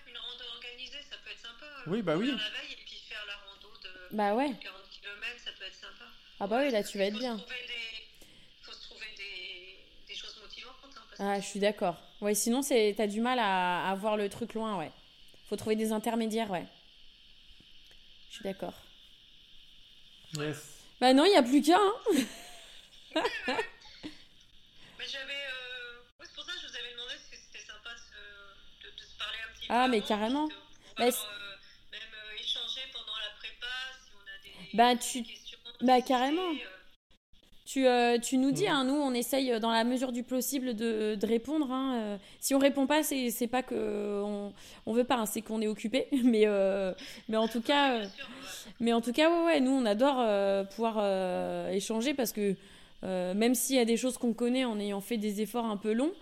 Speaker 2: une rando organisée, ça peut être sympa.
Speaker 5: Oui, bah oui.
Speaker 2: Faire la veille et puis faire la rando de
Speaker 3: Bah ouais.
Speaker 2: 40 km, ça peut être sympa.
Speaker 3: Ah bah oui, là tu vas être
Speaker 2: Faut se
Speaker 3: bien.
Speaker 2: trouver des- faut se trouver des, des choses motivantes. hein, parce
Speaker 3: Ah,
Speaker 2: que-
Speaker 3: je suis d'accord. Ouais, sinon c'est t'as du mal à, à voir le truc loin, ouais. Faut trouver des intermédiaires, ouais. Je suis d'accord.
Speaker 5: Yes.
Speaker 3: Bah non, il y a plus qu'un. hein.
Speaker 2: Mais j'avais euh,
Speaker 3: Ah, mais carrément.
Speaker 2: Bah,
Speaker 3: Bah,
Speaker 2: euh,
Speaker 3: c'est-
Speaker 2: même euh, échanger pendant la prépa, si on a des,
Speaker 3: Bah,
Speaker 2: des
Speaker 3: tu-
Speaker 2: questions.
Speaker 3: bah,
Speaker 2: discuter,
Speaker 3: carrément.
Speaker 2: euh,
Speaker 3: Tu, euh, tu nous dis,
Speaker 1: Ouais.
Speaker 3: hein, nous, on essaye euh, dans la mesure du possible de, de répondre. hein, euh. si on répond pas, c'est c'est pas que euh, on, on veut pas, hein, c'est qu'on est occupé. Mais, euh, mais en tout cas, euh,
Speaker 2: bien sûr, ouais.
Speaker 3: mais en tout cas, ouais, ouais, nous, on adore euh, pouvoir euh, échanger parce que euh, même s'il y a des choses qu'on connaît en ayant fait des efforts un peu longs,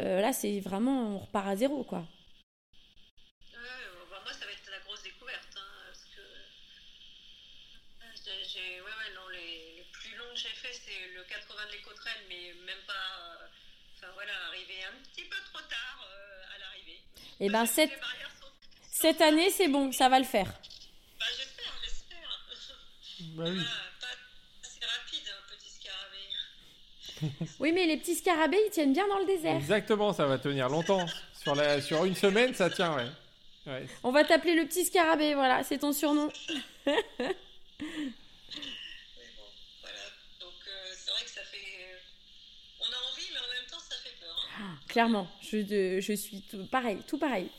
Speaker 3: euh, là, c'est vraiment, on repart à zéro, quoi.
Speaker 2: Ouais, euh, bah, moi, ça va être la grosse découverte. hein, parce que, euh, j'ai- j'ai- ouais, ouais, non, les, les plus longs que j'ai fait, c'est le 80 de l'éco-trail, mais même pas. euh, Enfin voilà, arrivé un petit peu trop tard euh, à l'arrivée.
Speaker 3: Et ben,
Speaker 2: Parce que
Speaker 3: cette,
Speaker 2: toutes les barrières sont-
Speaker 3: cette année, c'est bon, ça va le faire.
Speaker 2: Bah, j'espère, j'espère.
Speaker 5: Bah oui.
Speaker 2: Voilà, Ah, pas assez rapide, un petit scarabée.
Speaker 3: Oui, mais les petits scarabées, ils tiennent bien dans le désert.
Speaker 5: Exactement, ça va tenir longtemps. Sur, la, sur une semaine, ça tient, ouais. Ouais.
Speaker 3: On va t'appeler le petit scarabée, voilà, c'est ton surnom.
Speaker 2: Mais bon, voilà. Donc, euh, c'est vrai que ça fait. euh, On a envie, mais en même temps, ça fait peur. hein.
Speaker 3: Clairement, je, de- je suis tout pareil, tout pareil.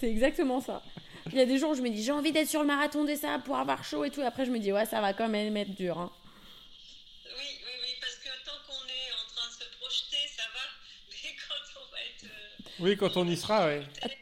Speaker 3: c'est exactement ça. Il y a des jours où je me dis j'ai envie d'être sur le marathon des sables pour avoir chaud et tout. Et après je me dis ouais ça va quand même être dur. hein.
Speaker 2: Oui, oui, oui, parce que tant qu'on est en train de se projeter, ça va. Mais quand on va être. euh,
Speaker 5: Oui, quand on y sera, ouais.
Speaker 2: projeté,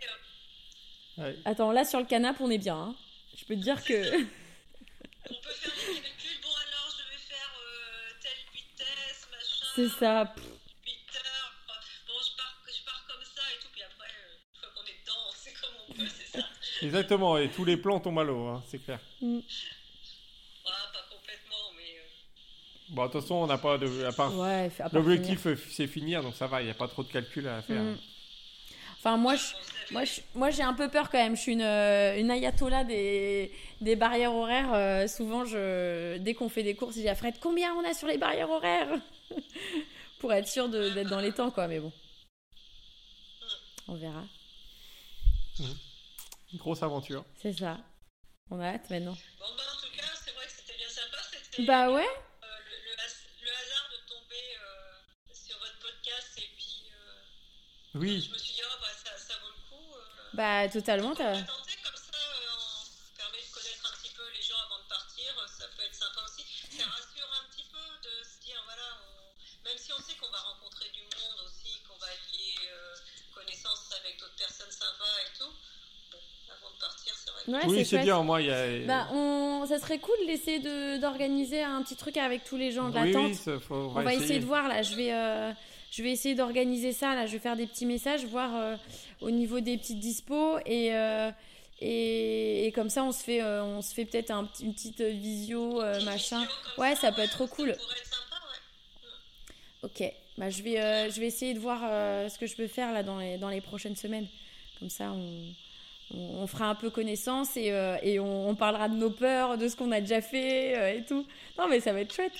Speaker 2: euh,
Speaker 3: Attends là sur le canapé on est bien. hein. Je peux te dire que
Speaker 2: on peut faire des calculs. Bon, alors, je vais faire euh, telle vitesse, machin.
Speaker 3: c'est ça. Pff,
Speaker 2: 8 heures. Bon, je pars, je pars comme ça et tout. Puis après, euh, une fois qu'on est dedans, c'est comme on peut, c'est ça.
Speaker 5: Exactement, et tous les plans tombent à l'eau, hein, c'est clair.
Speaker 2: Ah, pas complètement, mais. euh,
Speaker 5: Bon, de toute façon, on n'a pas de. à part-
Speaker 3: Ouais. à part
Speaker 5: Ah. L'objectif, euh, c'est finir, donc ça va, il n'y a pas trop de calculs à faire.
Speaker 3: finir. Mm. Enfin moi je,
Speaker 2: bon, vous savez,
Speaker 3: moi je- moi j'ai un peu peur quand même. Je suis une, euh, une ayatollah des, des barrières horaires. Euh, souvent je dès qu'on fait des courses il y a Fred combien on a sur les barrières horaires pour être sûr de- d'être dans les temps quoi. Mais bon on verra.
Speaker 5: Une grosse aventure.
Speaker 3: C'est ça. On a hâte maintenant.
Speaker 2: Bon, bah, en tout cas, c'est vrai que c'était bien sympa. C'était
Speaker 3: Bah
Speaker 2: euh, le,
Speaker 3: ouais.
Speaker 2: le has- le hasard de tomber euh, sur votre podcast. Et puis, euh,
Speaker 5: Oui,
Speaker 2: je me suis dit, ah, bah, ça, ça vaut le coup. euh.
Speaker 3: Bah totalement.
Speaker 2: on va
Speaker 3: t'as-
Speaker 2: tenter comme ça, euh, on permet de connaître un petit peu les gens avant de partir. euh, Ça peut être sympa aussi. Ça rassure un petit peu de se dire, voilà, on- même si on sait qu'on va rencontrer du monde aussi, qu'on va lier euh, connaissance avec d'autres personnes sympas et tout. Bon, avant de partir, c'est vrai que
Speaker 3: Ouais,
Speaker 5: oui, c'est
Speaker 3: chouette.
Speaker 5: bien, moi, il y a.
Speaker 3: Bah on, ça serait cool d'essayer de d'organiser un petit truc avec tous les gens de
Speaker 5: oui,
Speaker 3: la
Speaker 5: oui,
Speaker 3: tente.
Speaker 5: ça, faut-
Speaker 3: on va essayer. de voir là. Je vais, euh, je vais essayer d'organiser ça là. Je vais faire des petits messages, voir euh, au niveau des petites dispos et. euh, et, et comme ça, on se fait, euh, on se fait peut-être un, petit- une petite euh, visio, euh,
Speaker 2: Une
Speaker 3: machin.
Speaker 2: vidéo comme
Speaker 3: Ouais, ça peut être trop cool.
Speaker 2: Ça pourrait être sympa, ouais.
Speaker 3: Ok, bah, je, vais, euh, je vais essayer de voir euh, ce que je peux faire là dans les, dans les prochaines semaines. Comme ça, on, on, on fera un peu connaissance et, euh, et on, on parlera de nos peurs, de ce qu'on a déjà fait euh, et tout. Non, mais ça va être chouette.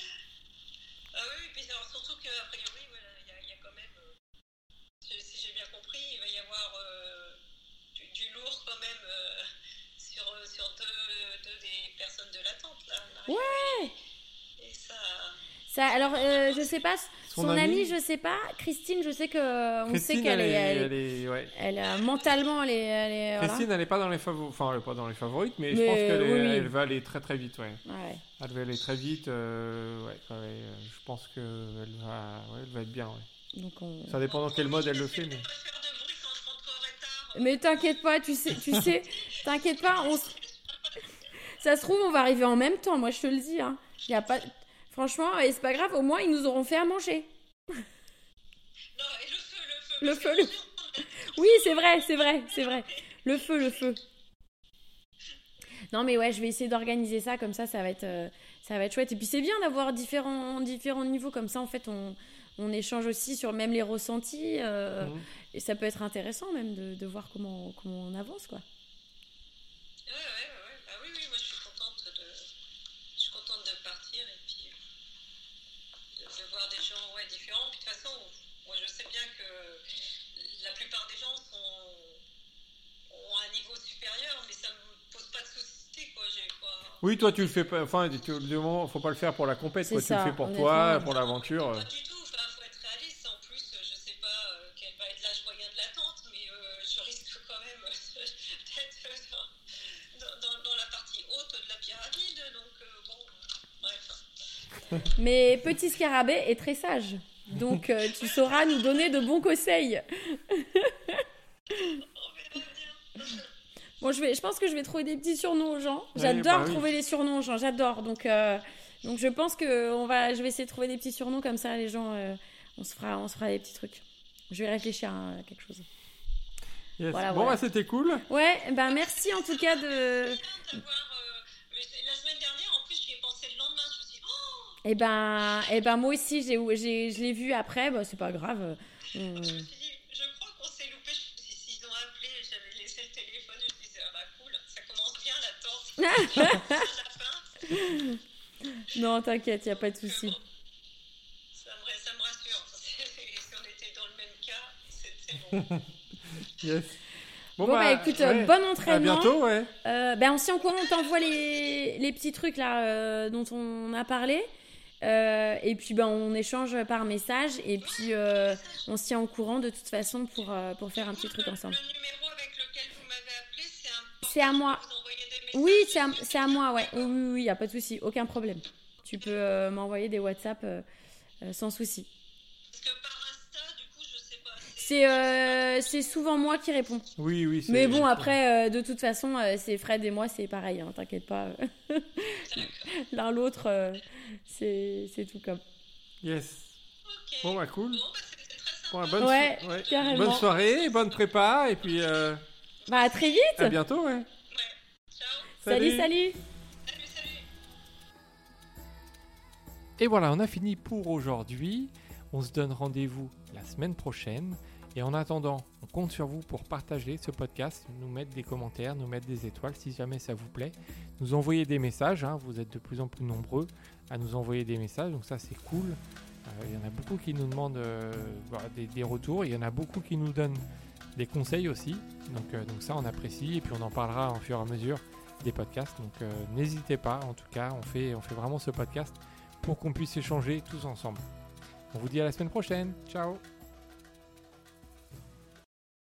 Speaker 2: Ah oui, et puis alors, surtout qu'a priori, voilà, il y, a- il y a quand même, euh, si si j'ai bien compris, il va y avoir euh, du, du lourd quand même euh, sur, euh, sur deux, deux des personnes de l'attente. Là, on arrive et- Et ça.
Speaker 3: Ça, alors, euh, je sais pas, son,
Speaker 5: Son
Speaker 3: amie,
Speaker 5: amie
Speaker 3: je sais pas. Christine, je sais que euh, on
Speaker 5: Christine,
Speaker 3: sait qu'elle est,
Speaker 5: elle
Speaker 3: elle,
Speaker 5: est- ouais.
Speaker 3: est- elle a- mentalement, elle est, elle est- voilà.
Speaker 5: Christine, elle n'est pas dans les favorites, enfin, elle est pas dans les favorites, mais, je
Speaker 3: Mais,
Speaker 5: pense qu'elle est-
Speaker 3: oui, oui.
Speaker 5: elle va aller très très vite, ouais.
Speaker 3: Ouais.
Speaker 5: Elle va aller très vite, euh, ouais, ouais, euh, je pense qu'elle va, ouais, elle va être bien, ouais.
Speaker 3: Donc on-
Speaker 5: Ça dépend dans quel mode elle le
Speaker 2: J'essaie
Speaker 5: fait,
Speaker 2: de
Speaker 5: mais...
Speaker 2: pas faire de bruit quand je rentrerai tard.
Speaker 3: Mais t'inquiète pas, tu sais, tu sais, t'inquiète pas, on s- ça se trouve, on va arriver en même temps, moi je te le dis. Hein. Y a pas... Franchement, et c'est pas grave, au moins ils nous auront fait à manger.
Speaker 2: Non, et le feu, le feu.
Speaker 3: Le
Speaker 2: parce
Speaker 3: feu,
Speaker 2: que
Speaker 3: le- Oui, c'est vrai, c'est vrai, c'est vrai. Le feu, le feu. Non mais ouais, je vais essayer d'organiser ça, comme ça ça va être, euh, ça va être chouette. Et puis c'est bien d'avoir différents, différents niveaux, comme ça en fait on, on échange aussi sur même les ressentis. euh,
Speaker 5: Mhm.
Speaker 3: Et ça peut être intéressant même de, de voir comment, comment on avance quoi.
Speaker 2: Ouais, ouais, ouais, ouais. Ah oui, oui, moi je suis contente de, je suis contente de partir et puis euh, de, de voir des gens ouais, différents. Puis de toute façon, moi je sais bien que la plupart des gens sont, ont un niveau supérieur, mais ça me pose pas de soucis, quoi. J'ai pas.
Speaker 5: Oui, toi, tu le fais pas, enfin, tu, du moment, faut pas le faire pour la compète,
Speaker 3: C'est
Speaker 5: quoi. Tu
Speaker 3: ça,
Speaker 5: le fais pour
Speaker 3: honnêtement,
Speaker 5: toi,
Speaker 3: ouais.
Speaker 5: pour l'aventure. euh.
Speaker 2: Pas du tout, enfin, faut être réaliste. En plus, euh, je sais pas euh, quel va être l'âge moyen de l'attente, mais euh, je risque quand même. tête dans, dans- dans la partie haute de la pyramide. Donc, euh, bon, bref.
Speaker 3: Mais petit scarabée est très sage. Donc euh, tu sauras nous donner de bons conseils.
Speaker 2: On verra bien.
Speaker 3: Bon, je, vais, je pense que je vais trouver des petits surnoms aux gens.
Speaker 5: Ouais,
Speaker 3: J'adore
Speaker 5: bah oui.
Speaker 3: trouver les surnoms aux gens, j'adore. Donc, euh, donc je pense que on va, je vais essayer de trouver des petits surnoms comme ça, les gens, euh, on, se fera, on se fera des petits trucs. Je vais réfléchir à quelque chose.
Speaker 5: Yes.
Speaker 3: Voilà,
Speaker 5: bon,
Speaker 3: voilà.
Speaker 5: bah, c'était cool.
Speaker 3: Ouais, ben merci en tout cas de.
Speaker 2: Bien d'avoir, euh, mais c'est- la semaine dernière, en plus, j'y ai pensé le lendemain. Je me suis dit, oh,
Speaker 3: Eh ben, eh ben moi aussi, j'ai, j'ai, je l'ai vu après, bah, c'est pas grave. Euh, On-
Speaker 2: je me suis dit, je crois qu'on s'est loupé. Je me suis dit, s'ils ont appelé, j'avais laissé le téléphone. Je me disais, ah bah cool, ça commence bien l'attente. la fin.
Speaker 3: Non, t'inquiète, y a pas de souci.
Speaker 2: Ça me, ça me rassure. si on était dans le même cas, c'était bon.
Speaker 5: Yes.
Speaker 3: Bon, bah, écoute, euh,
Speaker 5: ouais.
Speaker 3: bon
Speaker 5: À
Speaker 3: entraînement.
Speaker 5: bientôt, ouais.
Speaker 3: Euh, ben, on s'y en courant, on t'envoie les, les petits trucs là euh, dont on a parlé. Euh, et puis ben, on échange par message et puis euh, on s'y en courant de toute façon pour, euh, pour faire un petit truc
Speaker 2: Le-
Speaker 3: ensemble.
Speaker 2: Le numéro avec lequel vous m'avez appelé, c'est un
Speaker 3: C'est à moi.
Speaker 2: vous envoyez des messages.
Speaker 3: Oui, c'est à, c'est à moi, ouais. Oui, oui, oui, y a pas de souci, aucun problème. Tu peux euh, m'envoyer des WhatsApp euh, euh, sans souci.
Speaker 2: Parce que par Insta, du coup, je sais pas.
Speaker 3: C'est euh, c'est souvent moi qui réponds.
Speaker 5: Oui, oui. c'est-
Speaker 3: Mais bon, après, euh, de toute façon, euh, c'est Fred et moi, c'est pareil, hein, t'inquiète pas.
Speaker 2: D'accord.
Speaker 3: L'un l'autre, euh, c'est c'est tout comme.
Speaker 5: Yes.
Speaker 2: Ok.
Speaker 5: Bon, bah, cool.
Speaker 2: Bon, bah, c'était très sympa.
Speaker 5: Bon, bah, bonne,
Speaker 3: Ouais,
Speaker 5: so- ouais.
Speaker 3: carrément.
Speaker 5: bonne soirée, bonne prépa, et puis euh,
Speaker 3: Bah, à très vite!
Speaker 5: à bientôt, ouais.
Speaker 2: Ouais. Ciao.
Speaker 3: Salut, salut
Speaker 2: Salut, salut.
Speaker 1: Et voilà, on a fini pour aujourd'hui. On se donne rendez-vous la semaine prochaine. Et en attendant, on compte sur vous pour partager ce podcast, nous mettre des commentaires, nous mettre des étoiles si jamais ça vous plaît. Nous envoyer des messages, hein. vous êtes de plus en plus nombreux à nous envoyer des messages, donc ça c'est cool. Euh, Il y en a beaucoup qui nous demandent euh, bah, des, des retours, il y en a beaucoup qui nous donnent des conseils aussi. Donc, euh, donc ça on apprécie et puis on en parlera en fur et à mesure des podcasts. Donc euh, n'hésitez pas, en tout cas on fait, on fait vraiment ce podcast pour qu'on puisse échanger tous ensemble. On vous dit à la semaine prochaine. Ciao